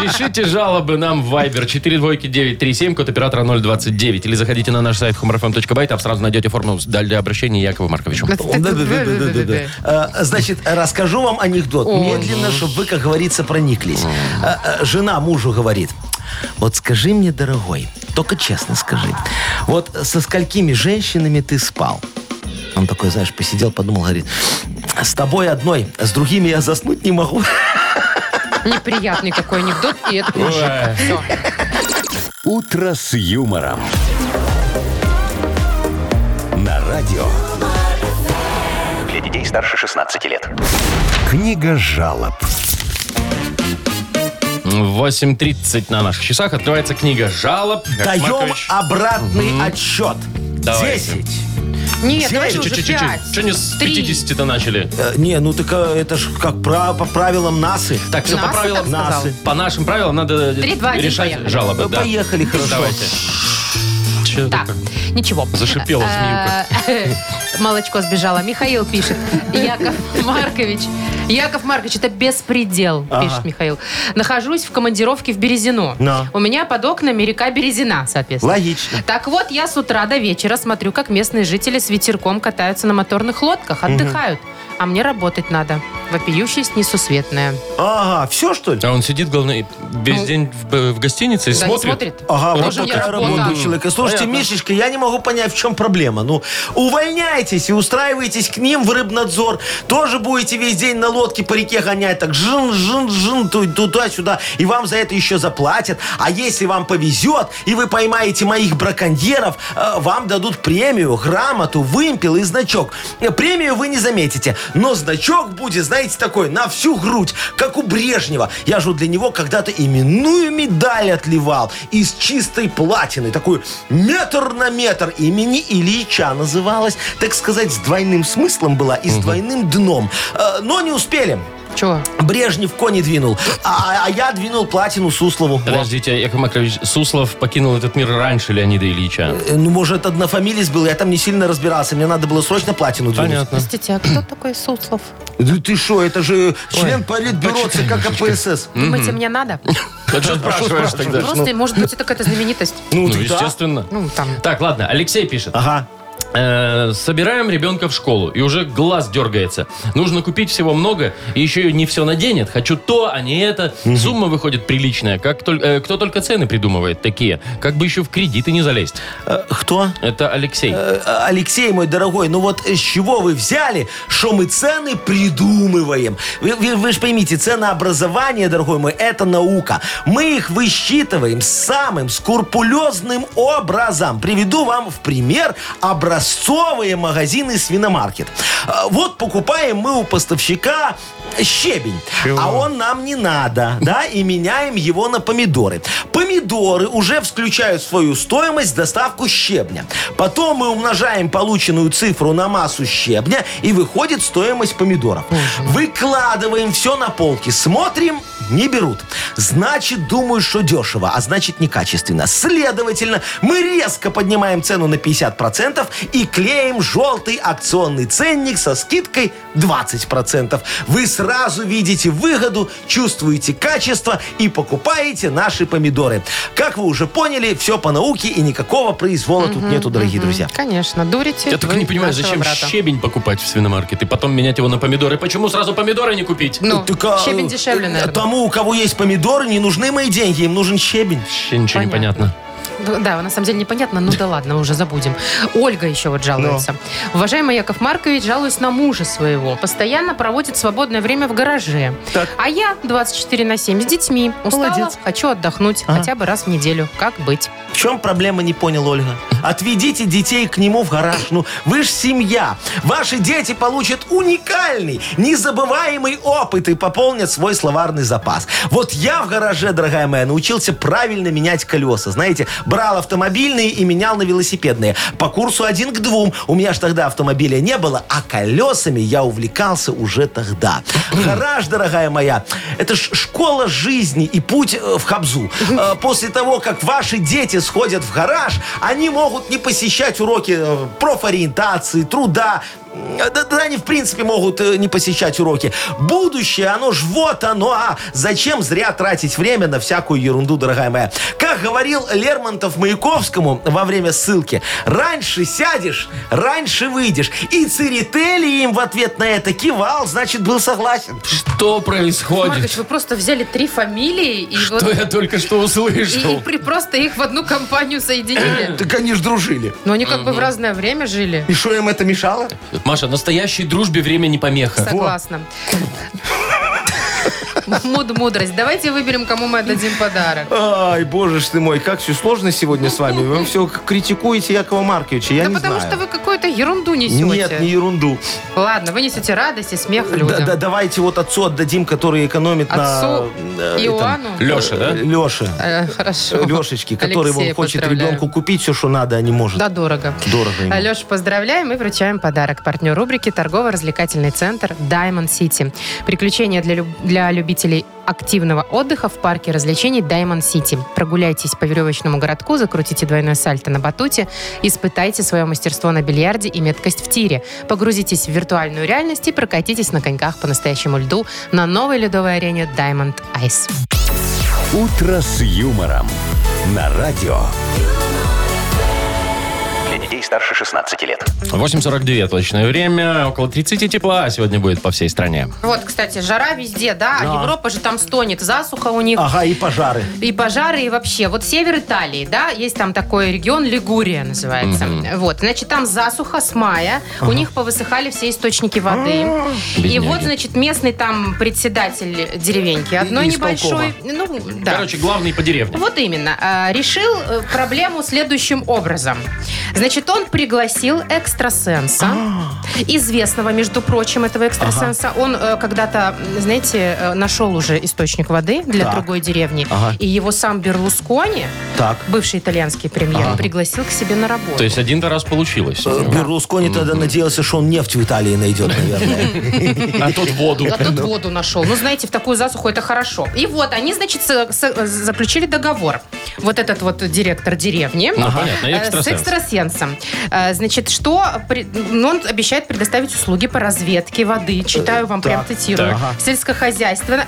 S2: Пишите жалобы нам в Viber 42937, код оператора 029. Или заходите на наш сайт humorfm.by, там сразу найдете форму для обращения Якову Марковичу.
S4: Э, Значит, расскажу вам анекдот. Медленно, чтобы вы, как говорится, прониклись. Э, э, Жена мужу говорит, вот скажи мне, дорогой, только честно скажи, вот со сколькими женщинами ты спал? Он такой, знаешь, посидел, подумал, говорит, с тобой одной, с другими я заснуть не могу.
S3: Неприятный какой анекдот, и это мужик.
S2: Ой.
S3: Всё.
S1: «Утро с юмором». На радио.
S6: Для детей старше 16 лет.
S1: Книга жалоб.
S2: 8.30 на наших часах открывается книга жалоб. Яков
S4: Даем
S2: Маркович.
S4: обратный отсчет.
S2: Давайте.
S4: Десять.
S3: Нет, давайте
S4: Чуть-
S3: уже
S2: Чуть-чуть,
S3: пять.
S2: Что не с
S3: Три.
S2: 50-то начали?
S4: Э, Не, ну так э, это ж как пра- по правилам НАСА.
S2: Так, все по
S3: Нас
S2: правилам.
S3: там сказал.
S4: Насы.
S2: По нашим правилам надо
S3: Три, два, один,
S2: решать
S3: поехали.
S2: жалобы. да.
S4: Поехали, хорошо.
S2: Давайте. Чё
S3: Так,
S2: такое?
S3: ничего.
S2: Зашипела змеюка.
S3: Э, Молочко сбежало. Михаил пишет. Яков Маркович. Яков Маркович, это беспредел, пишет Михаил. Нахожусь в командировке в Березино.
S4: Да.
S3: У меня под окнами река Березина, соответственно.
S4: Логично.
S3: Так вот, я с утра до вечера смотрю, как местные жители с ветерком катаются на моторных лодках, отдыхают. А мне работать надо. Вопиющесть несусветная.
S4: Ага, все что ли?
S2: А он сидит, главное, весь
S3: Ну,
S2: день в, в гостинице и
S3: Да, не
S2: смотрит.
S3: смотрит.
S4: Ага, вот
S3: Тоже мне
S4: такая
S3: работа.
S4: работа у человека. Слушайте,
S2: Понятно.
S4: Мишечка, я не могу понять, в чем проблема. Ну, увольняйтесь и устраивайтесь к ним в рыбнадзор. Тоже будете весь день на лодке по реке гонять, так жин, жин, жин, ту- туда-сюда. И вам за это еще заплатят. А если вам повезет, и вы поймаете моих браконьеров, э, вам дадут премию, грамоту, вымпел и значок. Э, Премию вы не заметите, но значок будет, знаете, такой, на всю грудь, как у Брежнева. Я же вот для него когда-то именную медаль отливал из чистой платины, такую метр на метр имени Ильича называлась, так сказать, с двойным смыслом была и с двойным дном. Э, Но не успели.
S2: А.
S3: Чего?
S4: Брежнев кони двинул, а, а я двинул платину Суслову. Во.
S2: Подождите, Яков Маркович, Суслов покинул этот мир раньше Леонида Ильича.
S4: Э, Ну, может, однофамилец был, я там не сильно разбирался. Мне надо было срочно платину двинуть.
S2: Понятно.
S3: Простите, а кто такой Суслов?
S4: Да ты что, это же член политбюро ЦК КПСС.
S3: Думаете, мне надо?
S2: А что спрашиваешь тогда?
S3: Просто, может быть, это какая-то знаменитость.
S2: Ну,
S4: да.
S2: естественно.
S3: Ну, там.
S2: Так, ладно, Алексей пишет.
S4: Ага.
S2: Э, собираем ребенка в школу, и уже глаз дергается. Нужно купить всего много, и еще и не все наденет. Хочу то, а не это. Сумма выходит приличная. Как толь- э, кто только цены придумывает такие. Как бы еще в кредиты не залезть.
S4: Э, Кто?
S2: Это Алексей.
S4: Э, Алексей, мой дорогой, ну вот с чего вы взяли, что мы цены придумываем? Вы, вы, же поймите, ценообразование, дорогой мой, это наука. Мы их высчитываем самым скрупулезным образом. Приведу вам в пример образцовые магазины свиномаркет. Э, Вот покупаем мы у поставщика щебень, а он нам не надо, да, и меняем его на помидоры. Помидоры уже включают в свою стоимость доставку щебня. Потом мы умножаем полученную цифру на массу щебня, и выходит стоимость помидоров. Выкладываем все на полки, смотрим, не берут. Значит, думаю, что дешево, а значит, некачественно. Следовательно, мы резко поднимаем цену на 50% и клеим желтый акционный ценник со скидкой 20%. Вы сразу сразу видите выгоду, чувствуете качество и покупаете наши помидоры. Как вы уже поняли, все по науке и никакого произвола тут нету, дорогие друзья.
S3: Конечно, дурите.
S2: Я только
S3: вы
S2: не понимаю,
S3: нашего
S2: зачем
S3: э, брата.
S2: щебень покупать в свиномаркет и потом менять его на помидоры? Почему сразу помидоры не купить?
S3: Ну,
S4: Так, а,
S3: щебень дешевле,
S4: э,
S3: наверное.
S4: Тому, у кого есть помидоры, не нужны мои деньги, им нужен щебень.
S2: Вообще ничего не
S3: понятно.
S2: понятно.
S3: Ну, Да, на самом деле непонятно, ну да ладно, уже забудем. Ольга еще вот жалуется. Уважаемый Яков Маркович, жалуюсь на мужа своего. Постоянно проводит свободное время в гараже. А я 24 на 7 с детьми. Устала,
S4: Молодец.
S3: хочу отдохнуть хотя бы раз в неделю. Как быть?
S4: В чем проблема, не понял Ольга. Отведите детей к нему в гараж. Ну, вы ж семья. Ваши дети получат уникальный, незабываемый опыт и пополнят свой словарный запас. Вот я в гараже, дорогая моя, научился правильно менять колеса. Знаете, брал автомобильные и менял на велосипедные. По курсу один к двум. У меня ж тогда автомобиля не было, а колесами я увлекался уже тогда. Гараж, дорогая моя, это ж школа жизни и путь э, в Хабзу. Э, После того, как ваши дети сходят в гараж, они могут не посещать уроки э, профориентации, труда. М, Да, да они, в принципе, могут э, не посещать уроки. Будущее, оно ж вот оно. А зачем зря тратить время на всякую ерунду, дорогая моя? Как говорил Лермонтов Маяковскому во время ссылки, раньше сядешь, раньше выйдешь. И Церетели им в ответ на это кивал, значит, был согласен.
S2: Что
S3: Маркович,
S2: происходит?
S3: вы просто взяли три фамилии и вот-
S2: Что я только что
S3: и- и
S2: услышал?
S3: при- просто их в одну компанию соединили.
S4: Так они ж дружили.
S3: Но они как бы в разное время жили.
S4: И что им это мешало?
S2: Маша, настоящей дружбе время не помеха.
S3: Согласна. Муд мудрость. Давайте выберем, кому мы отдадим подарок.
S4: Ай, боже ж ты мой, как все сложно сегодня с вами. Вы все критикуете Якова Марковича, я
S3: да
S4: не
S3: потому
S4: знаю.
S3: что вы какую-то ерунду несете.
S4: Нет, не ерунду.
S3: Ладно, вы несете радость и смех
S4: Да,
S3: людям.
S4: да, давайте вот отцу отдадим, который экономит
S3: Отцу
S4: на... э,
S3: Иоанну.
S2: Леша, да?
S4: Леше.
S3: Э, хорошо.
S4: Лешечке, который
S3: Алексея
S4: вон хочет
S3: поздравляю.
S4: ребенку купить все, что надо, а не может.
S3: Да, дорого.
S4: Дорого ему.
S3: Алеша, поздравляем и вручаем подарок. Партнер рубрики торгово-развлекательный центр Diamond City. Приключения для, люб- для любителей активного отдыха в парке развлечений Diamond City. Прогуляйтесь по веревочному городку, закрутите двойное сальто на батуте, испытайте свое мастерство на бильярде и меткость в тире. Погрузитесь в виртуальную реальность и прокатитесь на коньках по настоящему льду на новой ледовой арене Diamond Ice.
S1: «Утро с юмором» на радио.
S6: Для детей старше 16 лет.
S2: 8.42 точное время, около 30 тепла а сегодня будет по всей стране.
S3: Вот, кстати, жара везде, да?
S4: Да. А,
S3: Европа же там стонет, засуха у них.
S4: Ага, и пожары.
S3: И пожары, и вообще. Вот север Италии, да, есть там такой регион, Лигурия называется. Вот, значит, там засуха с мая, у них повысыхали все источники воды. И
S2: Бедняги.
S3: вот, значит, местный там председатель деревеньки одной
S4: И- исполкома.
S3: небольшой, ну, да.
S2: Короче, главный по деревне.
S3: Вот именно. А, Решил э, проблему следующим образом. Значит, он пригласил экстрасенса,
S4: А.
S3: известного, между прочим, этого экстрасенса. Он э, когда-то, м, знаете, э, нашел уже источник воды для
S4: Так.
S3: другой деревни.
S4: Ага.
S3: И его сам Берлускони,
S4: Так.
S3: бывший итальянский премьер,
S4: Ага.
S3: пригласил к себе на работу.
S2: То есть один-то раз получилось.
S4: Э, Берлускони тогда надеялся, что он нефть в Италии найдет, наверное.
S2: А тут воду.
S3: А тут воду нашел. Ну, знаете, в такую засуху это хорошо. И вот они, значит, с- с- заключили договор. Вот этот вот директор деревни.
S2: Ну, понятно, и
S3: э, С
S2: экстрасенс.
S3: экстрасенсом. Э, Значит, что... при- ну, Он обещает предоставить услуги по разведке воды. Читаю вам, прям
S4: так,
S3: цитирую.
S4: так. Ага.
S3: Сельскохозяйственно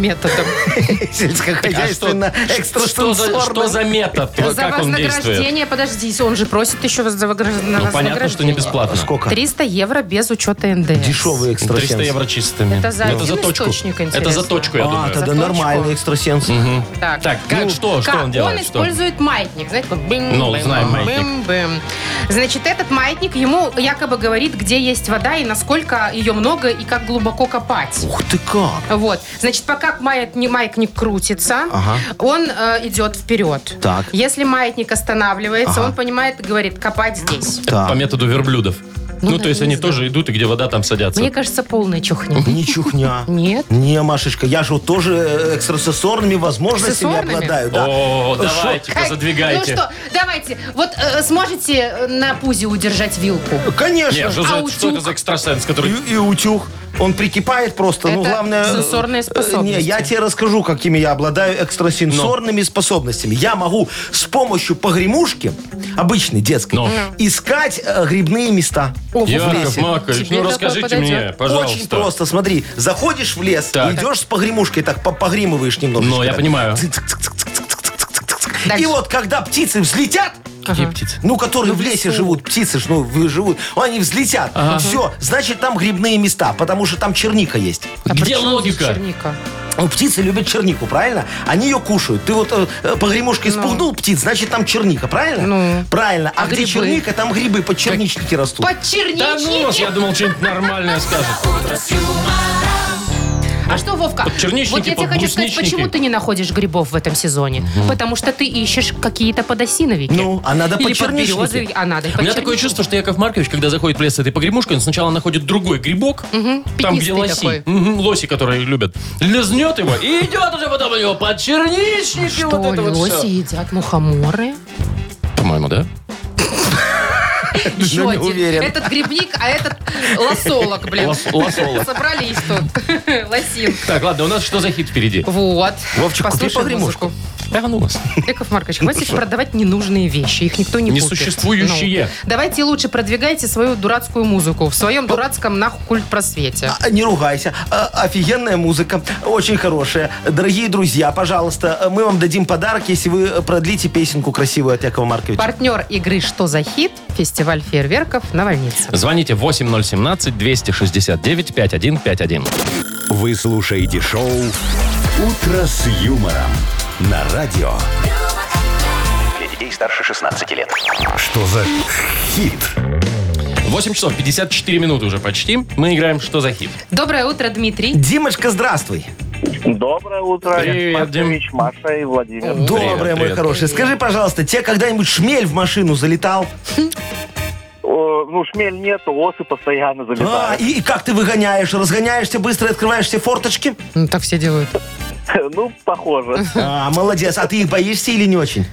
S3: методом.
S4: а Сельскохозяйственно,
S2: а Что за, что за
S4: экстрасенсорно.
S2: метод?
S3: За
S2: Как он действует?
S3: вознаграждение, подождите, он же просит еще за вознаграждение.
S2: Ну, понятно, что не бесплатно.
S4: А Сколько?
S3: 300 евро без учета НДС.
S4: Дешевый
S2: 300
S4: экстрасенс.
S2: евро чистыми.
S3: Это за
S2: Ну,
S3: один
S2: точку.
S3: источник,
S2: Это за
S3: интересно.
S2: точку, я
S4: А,
S2: думаю.
S4: тогда
S3: Заточку.
S4: нормальный экстрасенс.
S3: Так, ну,
S2: Так, как, что, что
S3: Как?
S2: он делает? что?
S3: использует маятник, знаете, вот бым,
S2: Ну,
S3: бым,
S2: знаем
S3: бым,
S2: маятник.
S3: бым. Значит, этот маятник ему якобы говорит, где есть вода и насколько ее много и как глубоко копать.
S4: Ух ты как.
S3: Вот, значит, пока маятник, маятник крутится,
S4: Ага.
S3: он э, идет вперед.
S4: Так.
S3: Если маятник останавливается,
S4: Ага.
S3: он понимает, говорит, копать здесь.
S2: По
S4: Так.
S2: методу верблюдов. Ну, то
S3: да,
S2: есть
S3: я
S2: они
S3: не знаю.
S2: тоже идут, и где вода, там садятся.
S3: Мне кажется, полная чухня.
S4: Не чухня.
S3: Нет.
S4: Не, Машечка, я же вот тоже экстрасессорными возможностями
S3: Аксессуарными?
S4: обладаю. Да.
S2: О, давайте-ка,
S3: Как?
S2: задвигайте.
S3: Ну что, давайте. Вот э, сможете э, на пузе удержать вилку?
S4: Конечно. А,
S2: Нет, что,
S3: А
S2: за, что
S3: утюг?
S2: это за экстрасенс, который...
S4: И, и утюг. Он прикипает просто. ну,
S3: Это
S4: главное...
S3: сенсорные
S4: э,
S3: способности.
S4: Не, я тебе расскажу, какими я обладаю экстрасенсорными
S2: Ну.
S4: способностями. Я могу с помощью погремушки, обычной детской,
S2: Ну.
S4: искать э, грибные места.
S3: О,
S2: Яков
S4: лесе.
S2: Маркович,
S3: Тебе
S2: ну
S3: такое
S2: расскажите
S3: подойдет?
S2: мне, пожалуйста.
S4: Очень просто, смотри, заходишь в лес,
S2: Так.
S4: и идешь с погремушкой, так по- погримываешь немножко.
S2: Ну, я понимаю.
S4: И
S3: Дальше.
S4: вот когда птицы взлетят,
S2: Какие птицы?
S4: ну, которые в лесе живут, птицы ж, ну, вы- живут, они взлетят. Все, значит, там грибные места, потому что там черника есть.
S3: А при
S2: Где
S3: чем здесь
S2: логика?
S3: черника?
S4: Ну, птицы любят чернику, правильно? Они ее кушают. Ты вот э, э, по гремушке спугнул птиц, значит, там черника, правильно?
S3: Ну.
S4: Правильно. А,
S3: А
S4: где
S3: грибы?
S4: черника, там грибы, под черничники растут.
S2: Да ну
S3: Под
S2: вас,
S3: черничники.
S2: я думал, что-нибудь нормальное скажет.
S3: А что, Вовка?
S2: Под черничники,
S3: вот я тебе
S2: под
S3: хочу сказать,
S2: брусничники.
S3: почему ты не находишь грибов в этом сезоне? Потому что ты ищешь какие-то подосиновики.
S4: Ну, а надо
S3: Или
S4: под черничники.
S3: подберезы, а надо
S2: У меня такое чувство, что Яков Маркович, когда заходит в лес с этой погремушкой, он сначала находит другой грибок, там, где
S3: пятнистый
S2: лоси,
S3: такой.
S2: Мгм, лоси, которые любят, лизнет его и идет уже потом у него под черничники
S3: Что,
S2: Ну, вот это вот
S3: лоси
S2: всё.
S3: едят мухоморы?
S2: По-моему, да?
S3: Еще
S4: не
S3: один.
S4: уверен.
S3: Этот грибник, а этот лосолог, блин.
S2: Лос- лосолог.
S3: Собрались тут. Лосин.
S2: Так, ладно, у нас что за хит впереди?
S3: Вот.
S4: Вовчик, купи
S3: Послушаем
S4: погремушку.
S3: музыку.
S2: Да, ну вас.
S3: Яков Маркович, хватит продавать ненужные вещи. Их никто не купит.
S2: Несуществующие.
S3: Ну, давайте лучше продвигайте свою дурацкую музыку в своем дурацком нахуй культ просвете.
S4: А, Не ругайся. А, Офигенная музыка, очень хорошая. Дорогие друзья, пожалуйста, мы вам дадим подарок, если вы продлите песенку красивую от Якова Марковича.
S3: Партнер игры «Что за хит?» Фестиваль фейерверков «Навальница».
S2: Звоните 8017-269-5151.
S1: Вы слушаете шоу «Утро с юмором» на радио.
S6: Для детей старше 16 лет.
S1: Что за хит?
S2: 8 часов 54 минуты уже почти. Мы играем «Что за хит?».
S3: Доброе утро, Дмитрий.
S4: Димочка, здравствуй.
S5: Доброе утро,
S2: Привет,
S5: Яков
S2: Дим.
S5: Маркович, Маша и Владимир.
S4: Доброе, мой
S2: привет.
S4: хороший. Скажи, пожалуйста, тебе когда-нибудь шмель в машину залетал?
S5: О, ну, шмель нету, осы постоянно
S4: А,
S5: залетают.
S4: и, и как ты выгоняешь? Разгоняешься быстро, и открываешь все форточки?
S3: Ну, так все делают.
S5: Ну, похоже.
S4: А, молодец. А ты их боишься или не очень?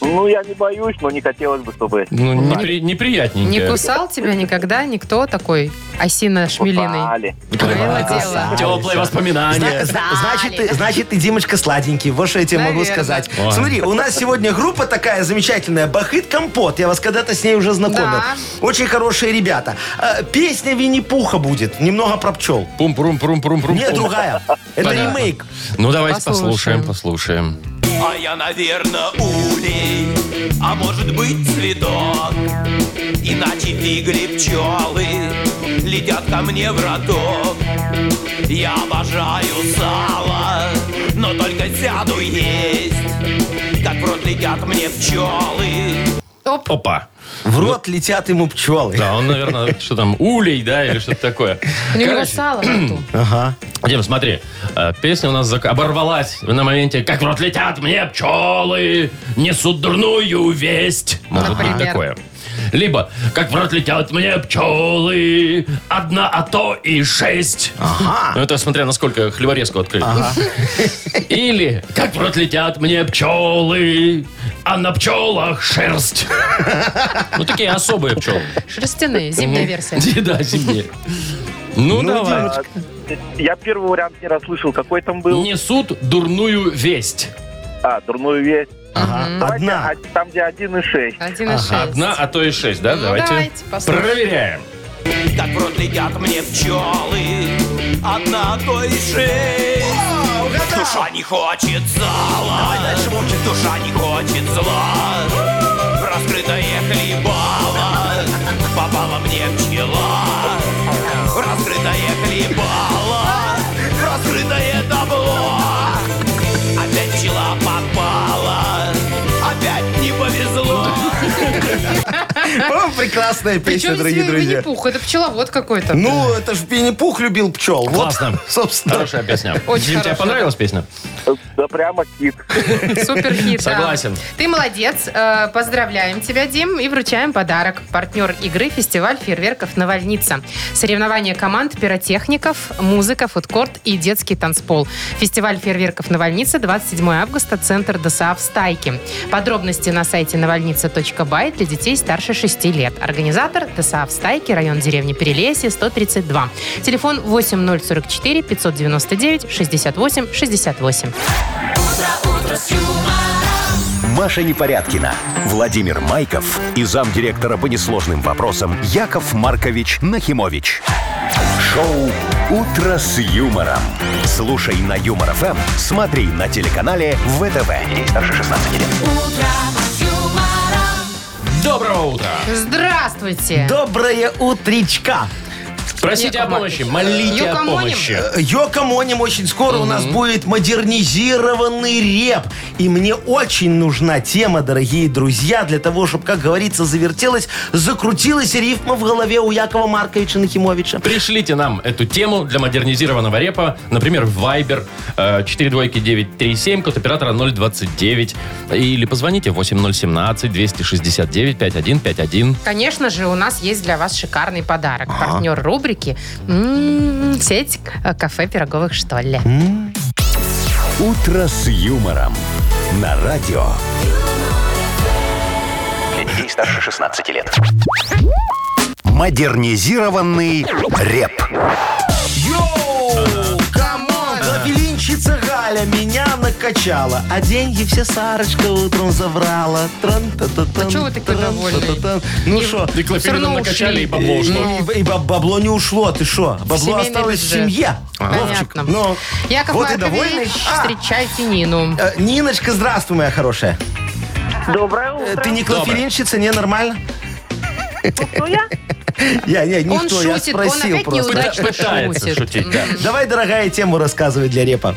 S5: Ну, я не боюсь, но не хотелось бы, чтобы...
S2: Ну, непри- неприятненько.
S3: Не кусал тебя никогда никто такой осино-шмелиный?
S5: Пали.
S3: Было дело.
S4: Красавица.
S2: Теплые воспоминания.
S4: Зна- Значит, ты, значит, ты, Димочка, сладенький. Вот что я тебе могу
S3: Наверное.
S4: сказать.
S2: Ой.
S4: Смотри, у нас сегодня группа такая замечательная, Бахыт Компот. Я вас когда-то с ней уже знакомил.
S3: Да.
S4: Очень хорошие ребята. Э, Песня Винни-Пуха будет. Немного про пчел.
S2: Пум-пум-пум-пум-пум.
S4: Нет, другая. Это
S2: Понятно.
S4: ремейк.
S2: Ну, давайте послушаем,
S3: Послушаем.
S2: послушаем.
S9: А я, наверное, улей, а может быть цветок. Иначе фигли пчелы летят ко мне в роток. Я обожаю сало, но только сяду есть. Как в рот летят мне пчелы.
S3: Оп,
S2: Опа.
S4: В рот летят ему пчелы.
S2: Ну. Да, он, наверное, что там, улей, да, или что-то такое.
S3: у него
S2: Короче,
S3: сало нету.
S4: Ага.
S2: Дим, смотри, э, песня у нас зак- оборвалась на моменте «Как в рот летят мне пчелы, несут дурную весть». Может быть
S3: Например.
S2: такое. Либо «Как в рот летят мне пчелы, одна, а то и шесть». Ну, это смотря насколько хлеворезку открыли. Или «Как в рот летят мне пчелы, а на пчелах шерсть». Ну, такие особые пчелы.
S3: Шерстяные, зимняя версия.
S2: Да, зимние. Ну, давай.
S5: Я первый вариант не расслышал, какой там был.
S2: Несут дурную весть.
S5: А, дурную весть.
S4: Ага.
S5: Давайте
S4: Одна.
S5: о- Там, где один и шесть.
S3: Один и шесть.
S2: Одна, а то и шесть, да?
S3: Ну,
S2: давайте.
S3: давайте послушаем.
S2: проверяем.
S9: Как в рот летят мне пчелы, одна, а то и шесть. Душа не хочет зала, душа не хочет зла. В раскрытое хлебало попала мне пчела. В раскрытое хлебало, в раскрытое табло. Опять пчела попала, опять не повезло.
S4: По-моему, прекрасная песня,
S3: Причем
S4: дорогие
S3: здесь
S4: друзья.
S3: Винни-Пух? Это пчеловод какой-то.
S4: Ну, это ж Винни-Пух любил пчел. Вот,
S2: Классно.
S4: собственно.
S2: Хорошая песня.
S3: Очень
S2: Дим, тебе
S3: хорошая.
S2: понравилась песня?
S5: Да прямо кит.
S3: Супер хит. да.
S2: Согласен.
S3: Ты молодец. Э, Поздравляем тебя, Дим, и вручаем подарок. Партнер игры фестиваль фейерверков «Навальница». Соревнования команд пиротехников, музыка, фудкорт и детский танцпол. Фестиваль фейерверков «Навальница» 27 августа, центр ДСА в Стайке. Подробности на сайте навальница.бай для детей старше 6 лет. Организатор ТСА в Стайке, район деревни Перелесье, 132. Телефон 8044 599 68 68.
S1: Маша Непорядкина, Владимир Майков и замдиректора по несложным вопросам Яков Маркович Нахимович. Шоу «Утро с юмором». Слушай на Юмор ФМ, смотри на телеканале ВТВ. Здесь старше 16 лет.
S2: Доброго утра.
S3: Здравствуйте!
S4: Доброе утречка.
S2: Просите о
S3: Яков
S2: помощи, молите о
S3: Юкомоним?
S2: помощи.
S4: Йокомоним очень скоро у нас будет модернизированный реп. И мне очень нужна тема, дорогие друзья, для того, чтобы, как говорится, завертелась, закрутилась рифма в голове у Якова Марковича Нахимовича.
S2: Пришлите нам эту тему для модернизированного репа, например, в Viber э, 42937, код оператора 029, или позвоните 8017-269-5151.
S3: Конечно же, у нас есть для вас шикарный подарок. Партнер рубрики м, «Сеть э, кафе пироговых что ли».
S1: «Утро с юмором» на радио.
S6: Для детей старше 16 лет.
S1: Модернизированный реп.
S4: Йоу! Камон! Лавелинщица Галя меня накачала, а деньги все Сарочка утром забрала.
S3: А
S4: Тран-та-та-тан,
S3: чё вы такой довольный?
S4: тран-та-та-тан. Ну
S3: И-
S4: что,
S2: И
S3: Всё
S2: клофелина
S3: равно
S2: накачали,
S3: ушли.
S2: и бабло ушло.
S4: Ну, и, и баб- бабло не ушло, ты что? Бабло
S3: семейный
S4: осталось в
S3: бюджет.
S4: семье. Вовчик,
S3: Понятно.
S4: ну,
S3: Яков
S4: вот и довольный.
S3: Маркович,
S4: А,
S3: встречайте Нину.
S4: э, Ниночка, здравствуй, моя хорошая.
S7: Доброе утро.
S4: Э, Ты не клофелинщица, не нормально?
S7: Кто я?
S4: Я, не,
S3: Он
S4: никто, я
S3: шутит, он
S4: спросил
S3: опять
S4: просто.
S3: неудачно
S2: Пытается
S3: шутит.
S2: шутить, да.
S4: Давай, дорогая, тему рассказывай для репа.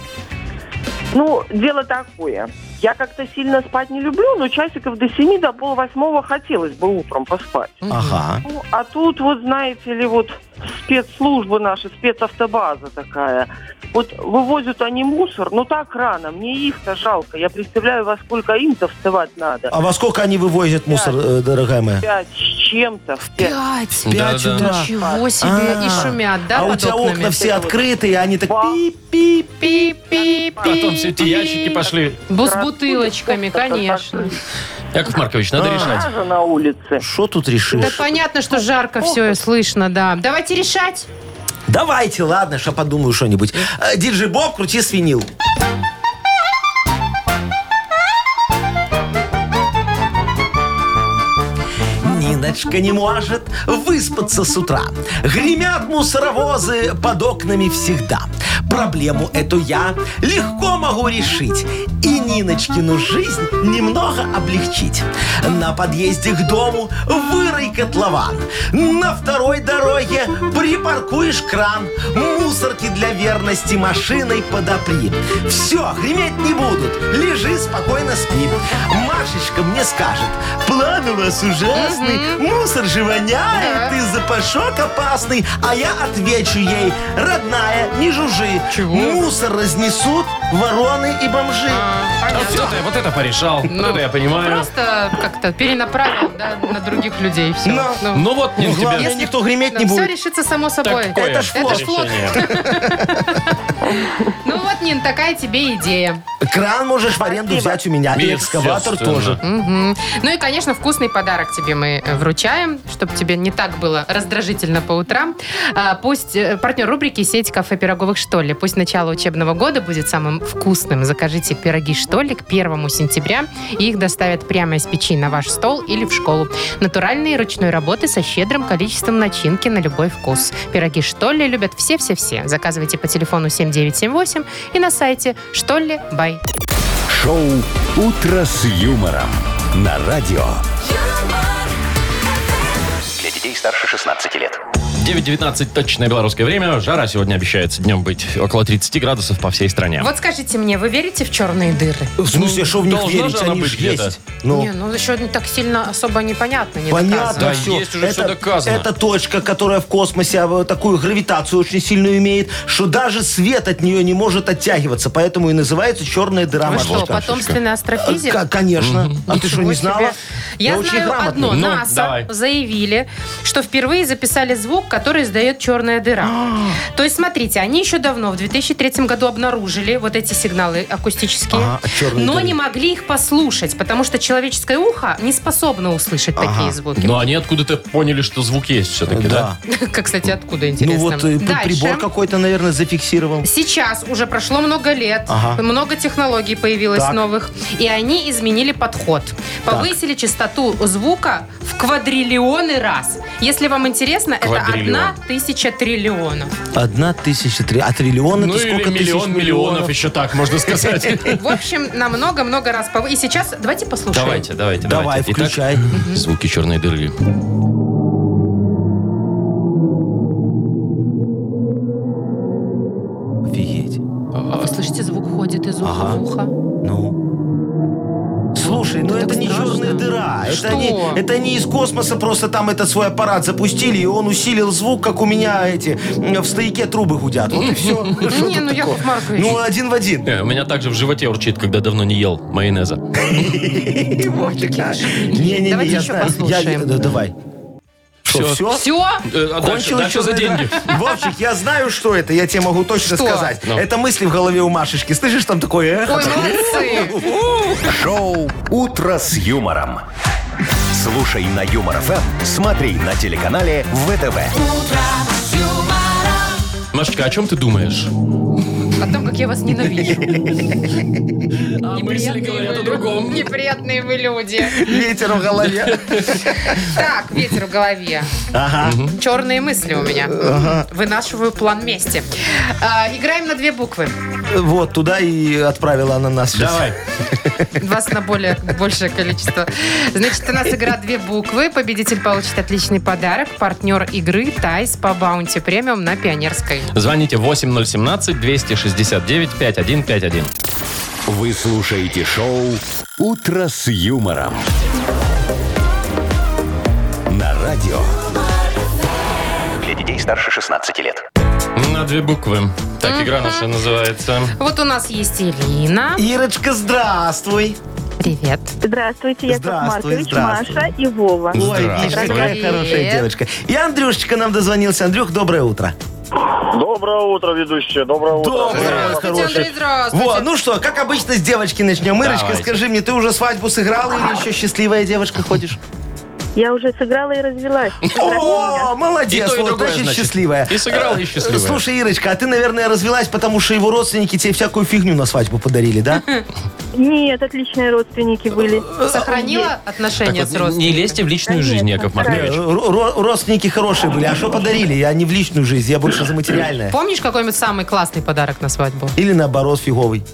S7: Ну, дело такое. Я как-то сильно спать не люблю, но часиков до семи, до полвосьмого хотелось бы утром поспать.
S4: Ага.
S7: Ну, а тут, вот знаете ли, вот спецслужба наша, спецавтобаза такая. Вот вывозят они мусор, но так рано, мне их-то жалко. Я представляю, во сколько им-то вставать надо.
S4: А во сколько они вывозят мусор, э, дорогая моя?
S7: Пять с чем-то. в пять.
S3: Пять.
S4: Пять
S2: Да-да.
S4: утра.
S3: Ничего себе.
S4: А.
S3: И шумят, да,
S4: а у
S3: под
S4: тебя
S3: окнами?
S4: окна все А открытые, они так
S7: Ба.
S4: пип-пип.
S3: Пи-пи-пи.
S2: Потом все эти ящики пошли.
S3: Бу- С бутылочками, конечно.
S2: Яков Маркович, надо решать.
S7: Даже на улице.
S4: Что тут
S3: Да
S4: решишь?
S3: понятно, что жарко все слышно, да. Давайте решать.
S4: Давайте, ладно, что подумаю что-нибудь. Э, Диджей Боб, крути свинил. Ниночка не может выспаться с утра. Гремят мусоровозы под окнами всегда. Проблему эту я легко могу решить. И Ниночкину жизнь немного облегчить. На подъезде к дому вырой котлован. На второй дороге припаркуешь кран. Мусорки для верности машиной подопри. Все, греметь не будут. Лежи, спокойно спи. Машечка мне скажет, план у вас ужасный, мусор же воняет, ты запашок опасный. А я отвечу ей, родная, не жужжи. Мусор разнесут вороны и бомжи.
S2: Вот это, вот это порешал, вот это я понимаю.
S3: Ну. Просто как-то перенаправил да, на других людей все.
S4: Ну.
S2: Ну вот, Нин, тебе.
S4: Главное, никто греметь не
S3: все
S4: будет.
S3: решится само собой.
S2: Такое
S4: Это ж флот.
S3: ж флот. Ну вот, Нин, такая тебе идея.
S4: Кран можешь в аренду взять у меня, и экскаватор тоже.
S2: Естественно.
S3: Мгм. Ну и, конечно, вкусный подарок тебе мы э, вручаем, чтобы тебе не так было раздражительно по утрам. А, Пусть э, партнер рубрики «Сеть кафе пироговых что ли». Пусть начало учебного года будет самым вкусным. Закажите пироги что ли к первому сентября, и их доставят прямо из печи на ваш стол или в школу. Натуральные ручной работы со щедрым количеством начинки на любой вкус. Пироги что ли любят все-все-все. Заказывайте по телефону 7978 и на сайте что ли бай.
S1: Шоу «Утро с юмором» на радио.
S6: Для детей старше 16 лет.
S2: 9.19 точное белорусское время. Жара сегодня обещается днем быть около 30 градусов по всей стране.
S3: Вот скажите мне, вы верите в черные дыры?
S4: В смысле, что в них
S2: должна
S4: верить,
S2: же она
S4: они
S2: быть
S4: же
S2: где-то.
S4: есть. Ну.
S3: Не, ну еще так сильно особо непонятно, не
S4: Понятно
S3: доказано.
S2: Да,
S4: все.
S2: есть уже всё доказано.
S4: Это точка, которая в космосе а, такую гравитацию очень сильную имеет, что даже свет от нее не может оттягиваться, поэтому и называется черная дыра.
S3: Вы Ну что,
S4: Машечка.
S3: потомственный астрофизик?
S4: К- Конечно. А ты что,
S3: Ничего
S4: не знала?
S3: себе. Я
S4: очень
S3: знаю
S4: грамотный.
S3: одно.
S2: Ну,
S3: НАСА
S2: давай.
S3: заявили, что впервые записали звук, который издает черная дыра. То есть, смотрите, они еще давно, в 2003 году, обнаружили вот эти сигналы акустические,
S4: Ага, от черной
S3: но
S4: А, дыры.
S3: не могли их послушать, потому что человеческое ухо не способно услышать такие звуки.
S2: Но Ну, они откуда-то поняли, что звук есть все-таки, да?
S4: Да.
S3: Как, кстати, откуда,
S4: Ну
S3: интересно.
S4: вот э, при-
S3: Дальше.
S4: прибор какой-то, наверное, зафиксировал.
S3: Сейчас уже прошло много лет,
S4: Ага.
S3: много технологий появилось
S4: Так.
S3: новых, и они изменили подход. Повысили частоту звука в квадриллионы раз. Если вам интересно, это
S2: Квадриллион.
S3: одна тысяча триллионов.
S4: Одна тысяча три. А триллион
S2: Ну
S4: это
S2: или
S4: сколько тысяч
S2: миллион миллионов, еще так, можно сказать.
S3: В общем, на много-много раз повы- И сейчас давайте послушаем.
S2: Давайте, давайте,
S4: Давай,
S2: давайте. Итак,
S4: включай.
S2: Звуки черной дыры.
S4: Офигеть.
S3: Вы А, слышите, звук ходит из уха
S4: Ага.
S3: в ухо.
S4: Ну. Слушай, ну это
S3: так
S4: не
S3: страшно.
S4: черная дыра.
S3: А Что?
S4: Это они, это они из космоса просто там этот свой аппарат запустили, и он усилил звук, как у меня эти м, в стояке трубы гудят. Вот и все. Что
S3: Не,
S4: тут
S3: ну,
S4: такое?
S3: Яков Маркович.
S4: Ну, один в один.
S2: Э, У меня также в животе урчит, когда давно не ел майонеза. Э,
S3: Давайте
S4: Не-не-не, я
S3: еще
S4: знаю. Я-
S3: послушаем.
S4: да, Давай.
S2: Всё.
S4: Что, все?
S3: Все?
S2: Э, а Дальше
S4: Кончилась
S2: дальше за
S4: черная
S2: деньги.
S4: дыра? Вовчик, я знаю, что это, я тебе могу точно
S3: Что?
S4: сказать.
S2: Ну.
S4: Это мысли в голове у Машечки. Слышишь, там такое эхо?
S3: Ой, молодцы.
S1: Шоу «Утро с юмором». Слушай на Юмор ФМ, смотри на телеканале ВТВ.
S2: Машечка, о чем ты думаешь?
S3: О том, как я вас ненавижу.
S2: А мысли говорят о другом.
S3: Неприятные вы люди.
S4: Ветер в голове.
S3: Так, ветер в голове. Черные мысли у меня. Вынашиваю план мести. А, играем на две буквы.
S4: Вот, туда и отправила она нас сейчас.
S2: Давай.
S3: Вас на более большее количество. Значит, у нас игра две буквы. Победитель получит отличный подарок. Партнер игры Тайс по баунти премиум на Пионерской.
S2: Звоните 8017-269-5151.
S1: Вы слушаете шоу «Утро с юмором». На радио
S6: Для детей старше 16 лет.
S2: На две буквы. Так игра наша называется.
S3: Вот у нас есть Ирина.
S4: Ирочка, здравствуй.
S3: Привет.
S10: Здравствуйте, Яков
S4: Здравствуй,
S10: Маркович,
S4: здравствуй.
S10: Маша и Вова.
S4: Ой, видишь,
S2: Здравствуй.
S4: какая
S3: Привет.
S4: хорошая девочка. И Андрюшечка нам дозвонился. Андрюх, доброе утро.
S5: Доброе утро, ведущая. Доброе утро.
S3: Здравствуйте, Андрей, здравствуйте.
S4: Во, ну что, как обычно с девочки начнем. Ирочка,
S2: Давайте.
S4: скажи мне, ты уже свадьбу сыграла или еще счастливая девушка ходишь?
S10: Я уже сыграла и развелась.
S4: О,
S2: И
S4: молодец,
S2: то, и
S4: вот
S2: другое,
S4: очень
S2: значит.
S4: счастливая.
S2: И сыграла, и
S4: Э,
S2: счастливая.
S4: Слушай, Ирочка, а ты, наверное, развелась, потому что его родственники тебе всякую фигню на свадьбу подарили, да?
S10: Нет, отличные родственники были.
S4: Э,
S3: Сохранила
S2: Так
S3: отношения
S2: вот,
S3: с
S2: не- не
S3: родственниками?
S2: лезьте в личную
S10: Конечно,
S2: жизнь, Яков
S4: Э,
S2: Маркович.
S4: ро- ро- Родственники хорошие были. А что подарили? Я не в личную жизнь, я больше за материальное.
S3: Помнишь какой-нибудь самый классный подарок на свадьбу?
S4: Или наоборот, фиговый.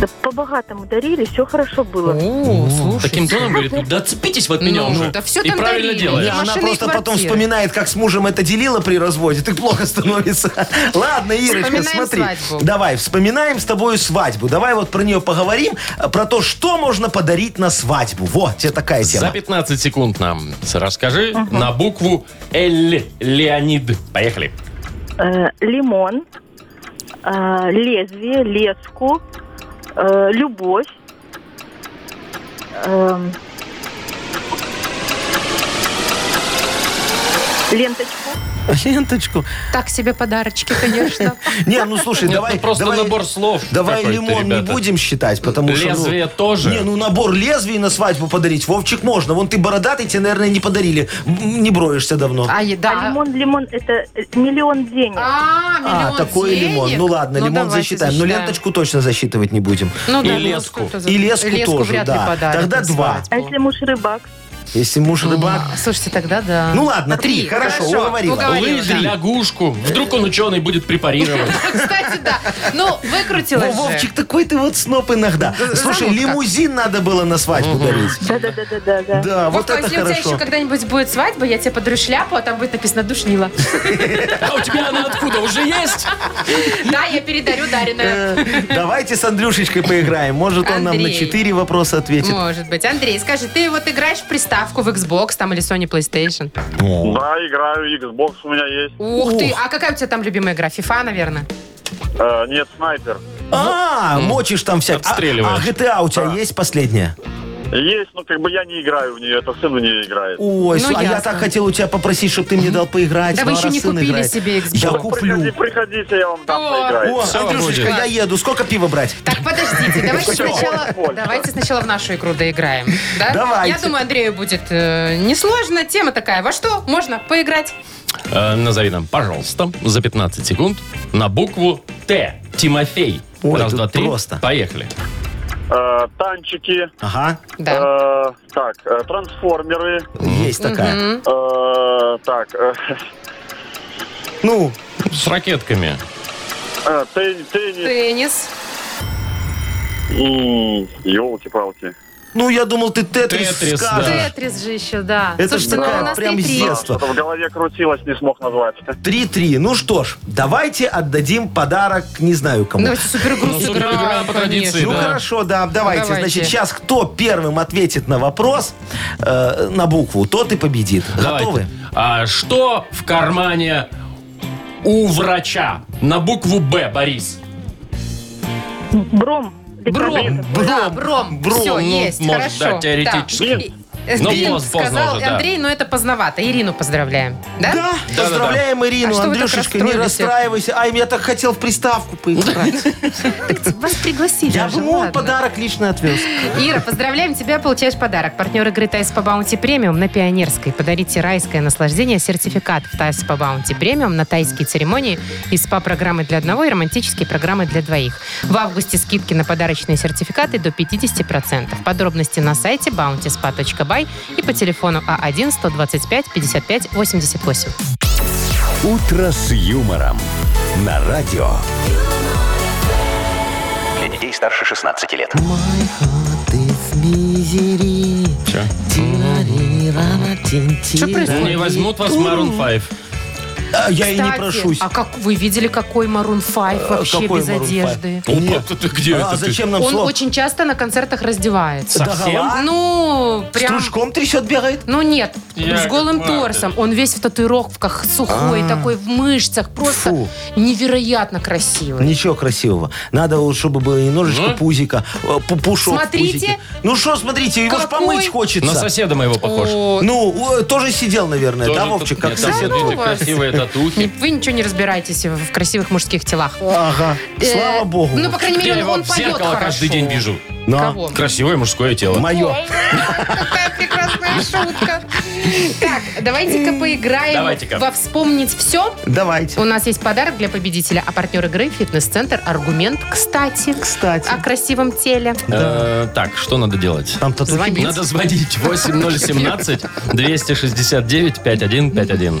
S10: Да по-богатому дарили, все хорошо было.
S3: О, слушай.
S2: Таким тоном говорит, ну да отцепитесь вы от меня
S3: Ну,
S2: уже.
S3: да всё
S2: И
S3: там
S2: правильно
S3: дарили.
S4: Не,
S2: делает.
S3: Я-
S4: она
S3: машины и
S4: просто потом
S3: квартиры.
S4: вспоминает, как с мужем это делила при разводе. Так плохо становится. Ладно, Ирочка,
S3: Вспоминаем
S4: смотри.
S3: свадьбу.
S4: Давай, вспоминаем с тобой свадьбу. Давай вот про нее поговорим, э, про то, что можно подарить на свадьбу. Вот, тебе такая
S2: За
S4: тема.
S2: 15 секунд нам расскажи на букву Л. Леонид. Поехали.
S10: Э, лимон, э, лезвие, леску, э, любовь. эм, ленточку.
S4: Ленточку.
S3: Так себе подарочки, конечно.
S4: Не, ну слушай,
S2: Нет,
S4: давай...
S2: ну просто
S4: давай-
S2: набор слов
S4: Давай
S2: какой-то,
S4: лимон не
S2: ребята.
S4: будем считать, потому что... ну,
S2: Лезвие тоже.
S4: Не, ну набор лезвий на свадьбу подарить, Вовчик, можно. Вон ты бородатый, тебе, наверное, не подарили. М, Не броешься давно.
S3: А, е-
S10: А
S3: да.
S10: лимон, лимон, это э, миллион денег.
S3: А,
S4: А,
S3: миллион
S4: такой
S3: денег?
S4: лимон. Ну ладно, лимон
S3: давайте
S4: засчитаем. Но
S3: засчитаем.
S4: ленточку точно засчитывать не будем.
S3: Ну
S2: И
S3: да, ну
S2: леску.
S3: сколько за-
S4: И леску тоже,
S3: вряд ли
S4: да.
S3: подарят
S4: Тогда
S3: на
S4: два.
S10: А
S3: свадьбу.
S10: если муж рыбак?
S4: Если муж рыбак...
S3: А, Слушайте, тогда да.
S4: Ну ладно, три, хорошо, уговорила.
S3: уговорила,
S2: Лыжи,
S3: да.
S2: лягушку. Вдруг он ученый будет препарировать.
S3: Кстати, да. Ну,
S4: Во,
S3: выкрутилась же.
S4: Вовчик, такой ты вот сноп иногда. Слушай,
S3: занудка.
S4: лимузин надо было на свадьбу дарить.
S10: Да-да-да-да-да.
S4: Да, вот
S3: Вовка,
S4: это
S3: если у тебя еще
S4: хорошо.
S3: когда-нибудь будет свадьба, я тебе подарю шляпу, а там будет написано «душнила».
S2: А у тебя она откуда? Уже есть?
S3: Да, я передарю Дарина.
S4: Э, Давайте с Андрюшечкой поиграем. Может, он нам на
S3: Андрей.
S4: четыре вопроса ответит.
S3: Может быть. Андрей, скажи, ты вот играешь в приставку в Xbox там или Sony PlayStation?
S5: Да, играю, Xbox у меня есть.
S3: Ух ты, а какая у тебя там любимая игра? FIFA, наверное?
S5: Э, нет, снайпер.
S4: А, мочишь там всяких.
S2: Обстреливаешь.
S3: А.
S4: А GTA у тебя есть последняя?
S8: Есть, но как бы я не играю в нее, это сын в нее играет.
S4: Ой,
S3: Ну,
S4: с- а я
S3: ясно.
S4: так хотел у тебя попросить, чтобы ты мне дал поиграть.
S3: Да вы
S4: Ну, а
S3: еще
S4: раз
S3: не
S4: сын
S3: купили
S4: играет,
S3: себе Xbox.
S4: Я
S8: Ну, Приходи,
S4: куплю.
S8: приходите, я вам там
S3: О,
S8: поиграю.
S4: О,
S2: Всё,
S4: Андрюшечка,
S2: будет.
S4: я еду. Сколько пива брать?
S3: Так, подождите, давайте
S8: Всё.
S3: сначала,
S8: Больше.
S3: давайте сначала в нашу игру доиграем. да?
S4: Давайте.
S3: Я думаю, Андрею будет э, несложно. Тема такая. Во что можно поиграть?
S2: Э, назови нам, пожалуйста, за 15 секунд на букву Т. Тимофей.
S4: Ой,
S2: Раз,
S4: тут
S2: два, три.
S4: просто.
S2: Поехали.
S8: Э, танчики,
S4: Ага,
S3: Да.
S8: э, так, э, трансформеры,
S4: есть такая.
S8: э, так, э,
S4: Ну,
S2: С ракетками.
S8: э, тен- теннис,
S3: Теннис.
S8: М, елки-палки.
S4: ну я думал, ты тетрис
S2: Тетрис, да.
S4: скажешь.
S3: Тетрис же еще, да.
S4: Это
S3: Слушайте,
S4: ж
S3: ну у
S4: такая
S3: нас
S4: прям
S3: не
S4: с
S3: три.
S4: детства.
S8: Что-то в голове крутилось, не смог назвать.
S4: 3-3. Ну что ж, давайте отдадим подарок не знаю кому.
S3: Давайте суперигру
S2: Ну, суперигра по традиции,
S4: Ну
S2: да.
S4: хорошо, да, давайте.
S3: Давайте.
S4: Значит, сейчас кто первым ответит на вопрос э, на букву, тот и победит.
S2: Давайте.
S4: Готовы?
S2: А что в кармане у врача? На букву Б, Борис.
S10: Бром.
S3: Бром. Да, бром.
S4: Бром,
S3: Все,
S4: ну,
S3: есть.
S2: может,
S3: Хорошо.
S2: да, теоретически.
S3: Так. И-
S2: Но
S3: Бинт
S2: поздно
S3: сказал
S2: уже, да.
S3: Андрей, но это поздновато. Ирину поздравляем. Да?
S4: Да, поздравляем Ирину,
S3: А что вы так
S4: Андрюшечка, не
S3: расстроились?
S4: расстраивайся. Ай, я так хотел в приставку поиграть.
S3: Так вас пригласили.
S4: Я
S3: уже,
S4: бы ему
S3: ладно.
S4: подарок лично отвез.
S3: Ира, поздравляем тебя, получаешь подарок. Партнер игры Тайс по Баунти Премиум на Пионерской. Подарите райское наслаждение, сертификат в Тайс по Баунти Премиум на тайские церемонии и СПА-программы для одного и романтические программы для двоих. В августе скидки на подарочные сертификаты до 50%. Подробности на сайте bountyspa.by и по телефону А А1-125-55-88.
S1: «Утро с юмором» на радио.
S6: Для детей старше 16 лет.
S3: Что происходит?
S2: Не возьмут вас Maroon 5.
S4: А, Я и не
S3: Кстати,
S4: прошусь. Э,
S3: А как вы видели, какой Марун 5 вообще
S4: какой
S3: без
S4: Maroon
S3: одежды?
S4: Five? Нет.
S2: Опа, ты где это
S4: А
S2: ты?
S4: зачем нам
S3: Он
S4: слово?
S3: очень часто на концертах раздевается.
S4: Да
S2: Совсем?
S4: гола?
S3: Ну,
S4: С
S3: прям...
S4: дружком трясет, бегает?
S3: Ну нет,
S2: Я
S3: с голым
S2: как Марта.
S3: торсом. Он весь в татуировках, сухой такой, в мышцах. Просто
S4: А. Фу.
S3: невероятно красивый.
S4: Ничего красивого. Надо, вот, чтобы было немножечко
S2: Ну?
S4: пузика, э, пу- пушок в
S3: Смотрите.
S4: пузике. Ну что, смотрите, его ж
S3: Какой?
S4: помыть хочется.
S2: На соседа моего похож.
S3: О,
S4: Ну, э, тоже сидел, наверное,
S2: Тоже
S4: да,
S2: тут-
S4: Вовчик, как
S2: нет, там
S4: сосед?
S2: вот эти
S3: Ну вас.
S2: красивые
S3: не-
S2: татухи.
S3: Вы ничего не разбираетесь в в красивых мужских телах.
S4: Ага,
S3: Э,
S4: слава богу.
S3: Ну, по крайней
S2: Я
S3: мере,
S2: его
S3: он, он
S2: в
S3: поет
S2: зеркало
S3: хорошо.
S2: каждый день вижу.
S4: На.
S3: Кого?
S2: Красивое мужское тело.
S4: Мое.
S3: Какая прекрасная шутка. Так, давайте-ка поиграем
S2: Давайте-ка.
S3: во «Вспомнить все».
S4: Давайте.
S3: У нас есть подарок для победителя, а партнер игры – фитнес-центр «Аргумент». Кстати,
S4: Кстати.
S3: о красивом теле.
S2: Э, Так, что надо делать?
S4: Там татухи
S3: Звони.
S4: были?
S2: Надо звонить 8017 269 5151.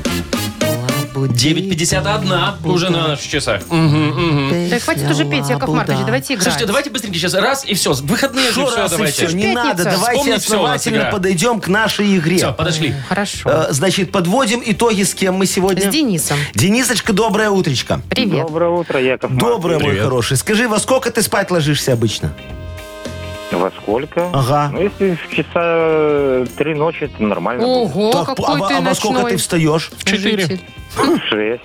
S2: 951 уже на наших часах.
S3: Да хватит уже петь, Яков Маркович, давайте играть.
S2: Слушайте, давайте быстренько сейчас раз и все. Выходные же
S4: Еще
S2: все,
S4: раз и
S2: давайте.
S4: все, не
S3: Пятница.
S4: надо. Давайте
S2: Вспомнить всё у нас
S4: основательно
S2: игра.
S4: подойдем к нашей
S2: Все,
S4: игре.
S2: подошли.
S3: Ну, Хорошо.
S4: Э, Значит, подводим итоги, с кем мы
S3: С
S4: сегодня.
S3: Денисом.
S4: Денисочка, доброе утречко.
S3: Привет.
S5: Доброе утро, Яков
S4: Доброе, мой
S2: Привет.
S4: хороший. Скажи, во сколько ты спать ложишься обычно?
S5: Маркович. Во сколько?
S4: Ага.
S5: Ну, если в часа три ночи, это нормально. будет.
S3: Ого,
S4: Так,
S3: какой
S4: а, во-
S3: ты
S4: а во сколько
S3: ночной
S4: ты встаешь?
S2: Четыре.
S3: житель.
S5: Шесть.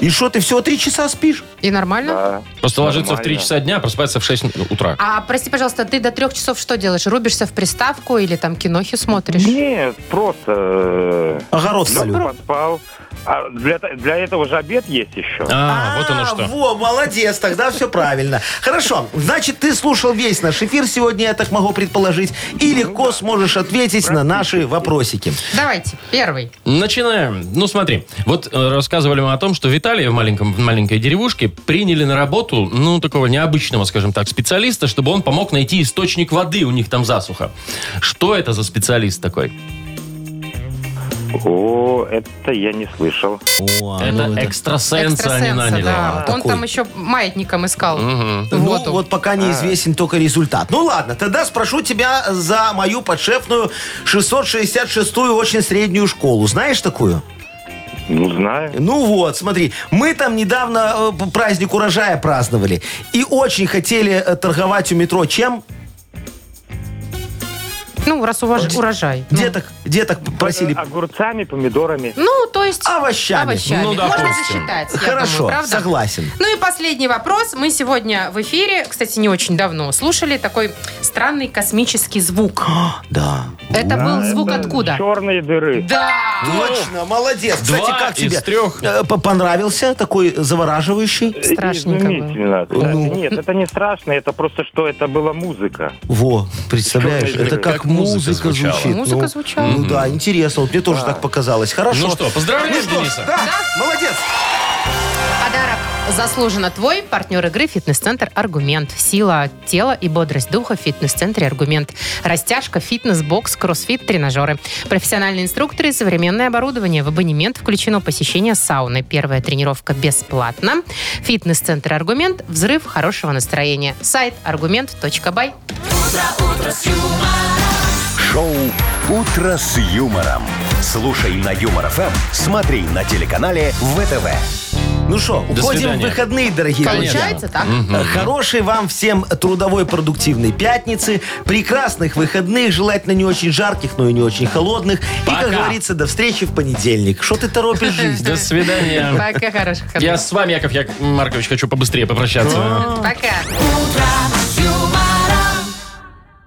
S4: И что, ты всего три часа спишь?
S3: И нормально?
S5: Да.
S2: Просто ложиться в 3
S5: Нормально.
S2: часа дня, просыпаться в 6 утра.
S3: А прости, пожалуйста, ты до трех часов что делаешь? Рубишься в приставку или там кинохи смотришь?
S5: Нет, просто... э,
S4: Огород
S5: лёг,
S4: солю.
S5: поспал. А для, для этого же обед есть еще.
S2: А, вот оно что.
S4: Во, молодец, тогда все правильно. Хорошо, значит, ты слушал весь наш эфир сегодня, я так могу предположить, и легко сможешь ответить на наши вопросики.
S3: Давайте, первый.
S2: Начинаем. Ну, смотри. Вот э, рассказывали мы о том, что Виталия в, маленьком, в маленькой деревушке приняли на работу, ну, такого необычного, скажем так, специалиста, чтобы он помог найти источник воды, у них там засуха. Что это за специалист такой?
S5: О, это я не слышал.
S4: О,
S2: А, это
S4: ну
S2: экстрасенса они наняли.
S3: да. Он
S4: Такой.
S3: там еще маятником искал.
S4: Ну,
S3: Воду.
S4: вот пока
S3: А.
S4: неизвестен только результат. Ну ладно, тогда спрошу тебя за мою подшефную 666-ю очень среднюю школу. Знаешь такую?
S5: Ну, знаю.
S4: Ну вот, смотри, мы там недавно э, п- праздник урожая праздновали и очень хотели э, торговать у метро чем?
S3: Ну, раз уваж- урожай. Ну.
S4: Деток, деток просили.
S5: Огурцами, помидорами.
S3: Ну, то есть...
S4: Овощами.
S3: овощами.
S2: Ну,
S3: Можно
S2: допустим.
S3: засчитать, я
S4: Хорошо,
S3: думаю, правда?
S4: согласен.
S3: Ну и последний вопрос. Мы сегодня в эфире, кстати, не очень давно, слушали такой странный космический звук.
S4: А, Да.
S3: Это был звук откуда?
S5: Черные дыры.
S3: Да!
S4: Точно, молодец. Кстати,
S2: Два
S4: как
S2: из
S4: тебе?
S2: трех.
S4: Э, по- Понравился такой завораживающий?
S3: Страшненько было.
S5: Изумительно. кстати.
S4: Ну.
S5: Нет, это не страшно, это просто что это была музыка.
S4: Во, представляешь,
S5: Чёрные
S4: это
S5: дыры.
S4: как,
S2: Как музыка
S4: музыка
S2: звучала.
S4: звучит.
S3: Музыка
S4: ну.
S3: звучала.
S4: Ну да, интересно. Вот мне тоже так показалось. Хорошо.
S2: Ну что, поздравляем
S4: Ну что ж,
S2: Дениса.
S4: да, молодец.
S3: Подарок заслуженно твой. Партнер игры «Фитнес-центр Аргумент». Сила тела и бодрость духа в «Фитнес-центре Аргумент». Растяжка, фитнес, бокс, кроссфит, тренажеры. Профессиональные инструкторы и современное оборудование. В абонемент включено посещение сауны. Первая тренировка бесплатно. «Фитнес-центр Аргумент». Взрыв хорошего настроения. Сайт аргумент.бай.
S1: Шоу «Утро с юмором». Слушай на Юмор ФМ, смотри на телеканале ВТВ.
S4: Ну что,
S2: До
S4: уходим в
S2: свидания.
S4: выходные, дорогие друзья.
S3: Получается так?
S4: Хорошей вам всем трудовой продуктивной пятницы, прекрасных выходных, желательно не очень жарких, но и не очень холодных. И,
S2: Пока.
S4: как говорится, до встречи в понедельник. Что ты торопишь жизнь?
S2: До свидания.
S3: Пока, хороших
S2: Я
S3: выходных. Ну,
S2: с вами, Яков Як- Маркович, хочу побыстрее попрощаться.
S3: Пока.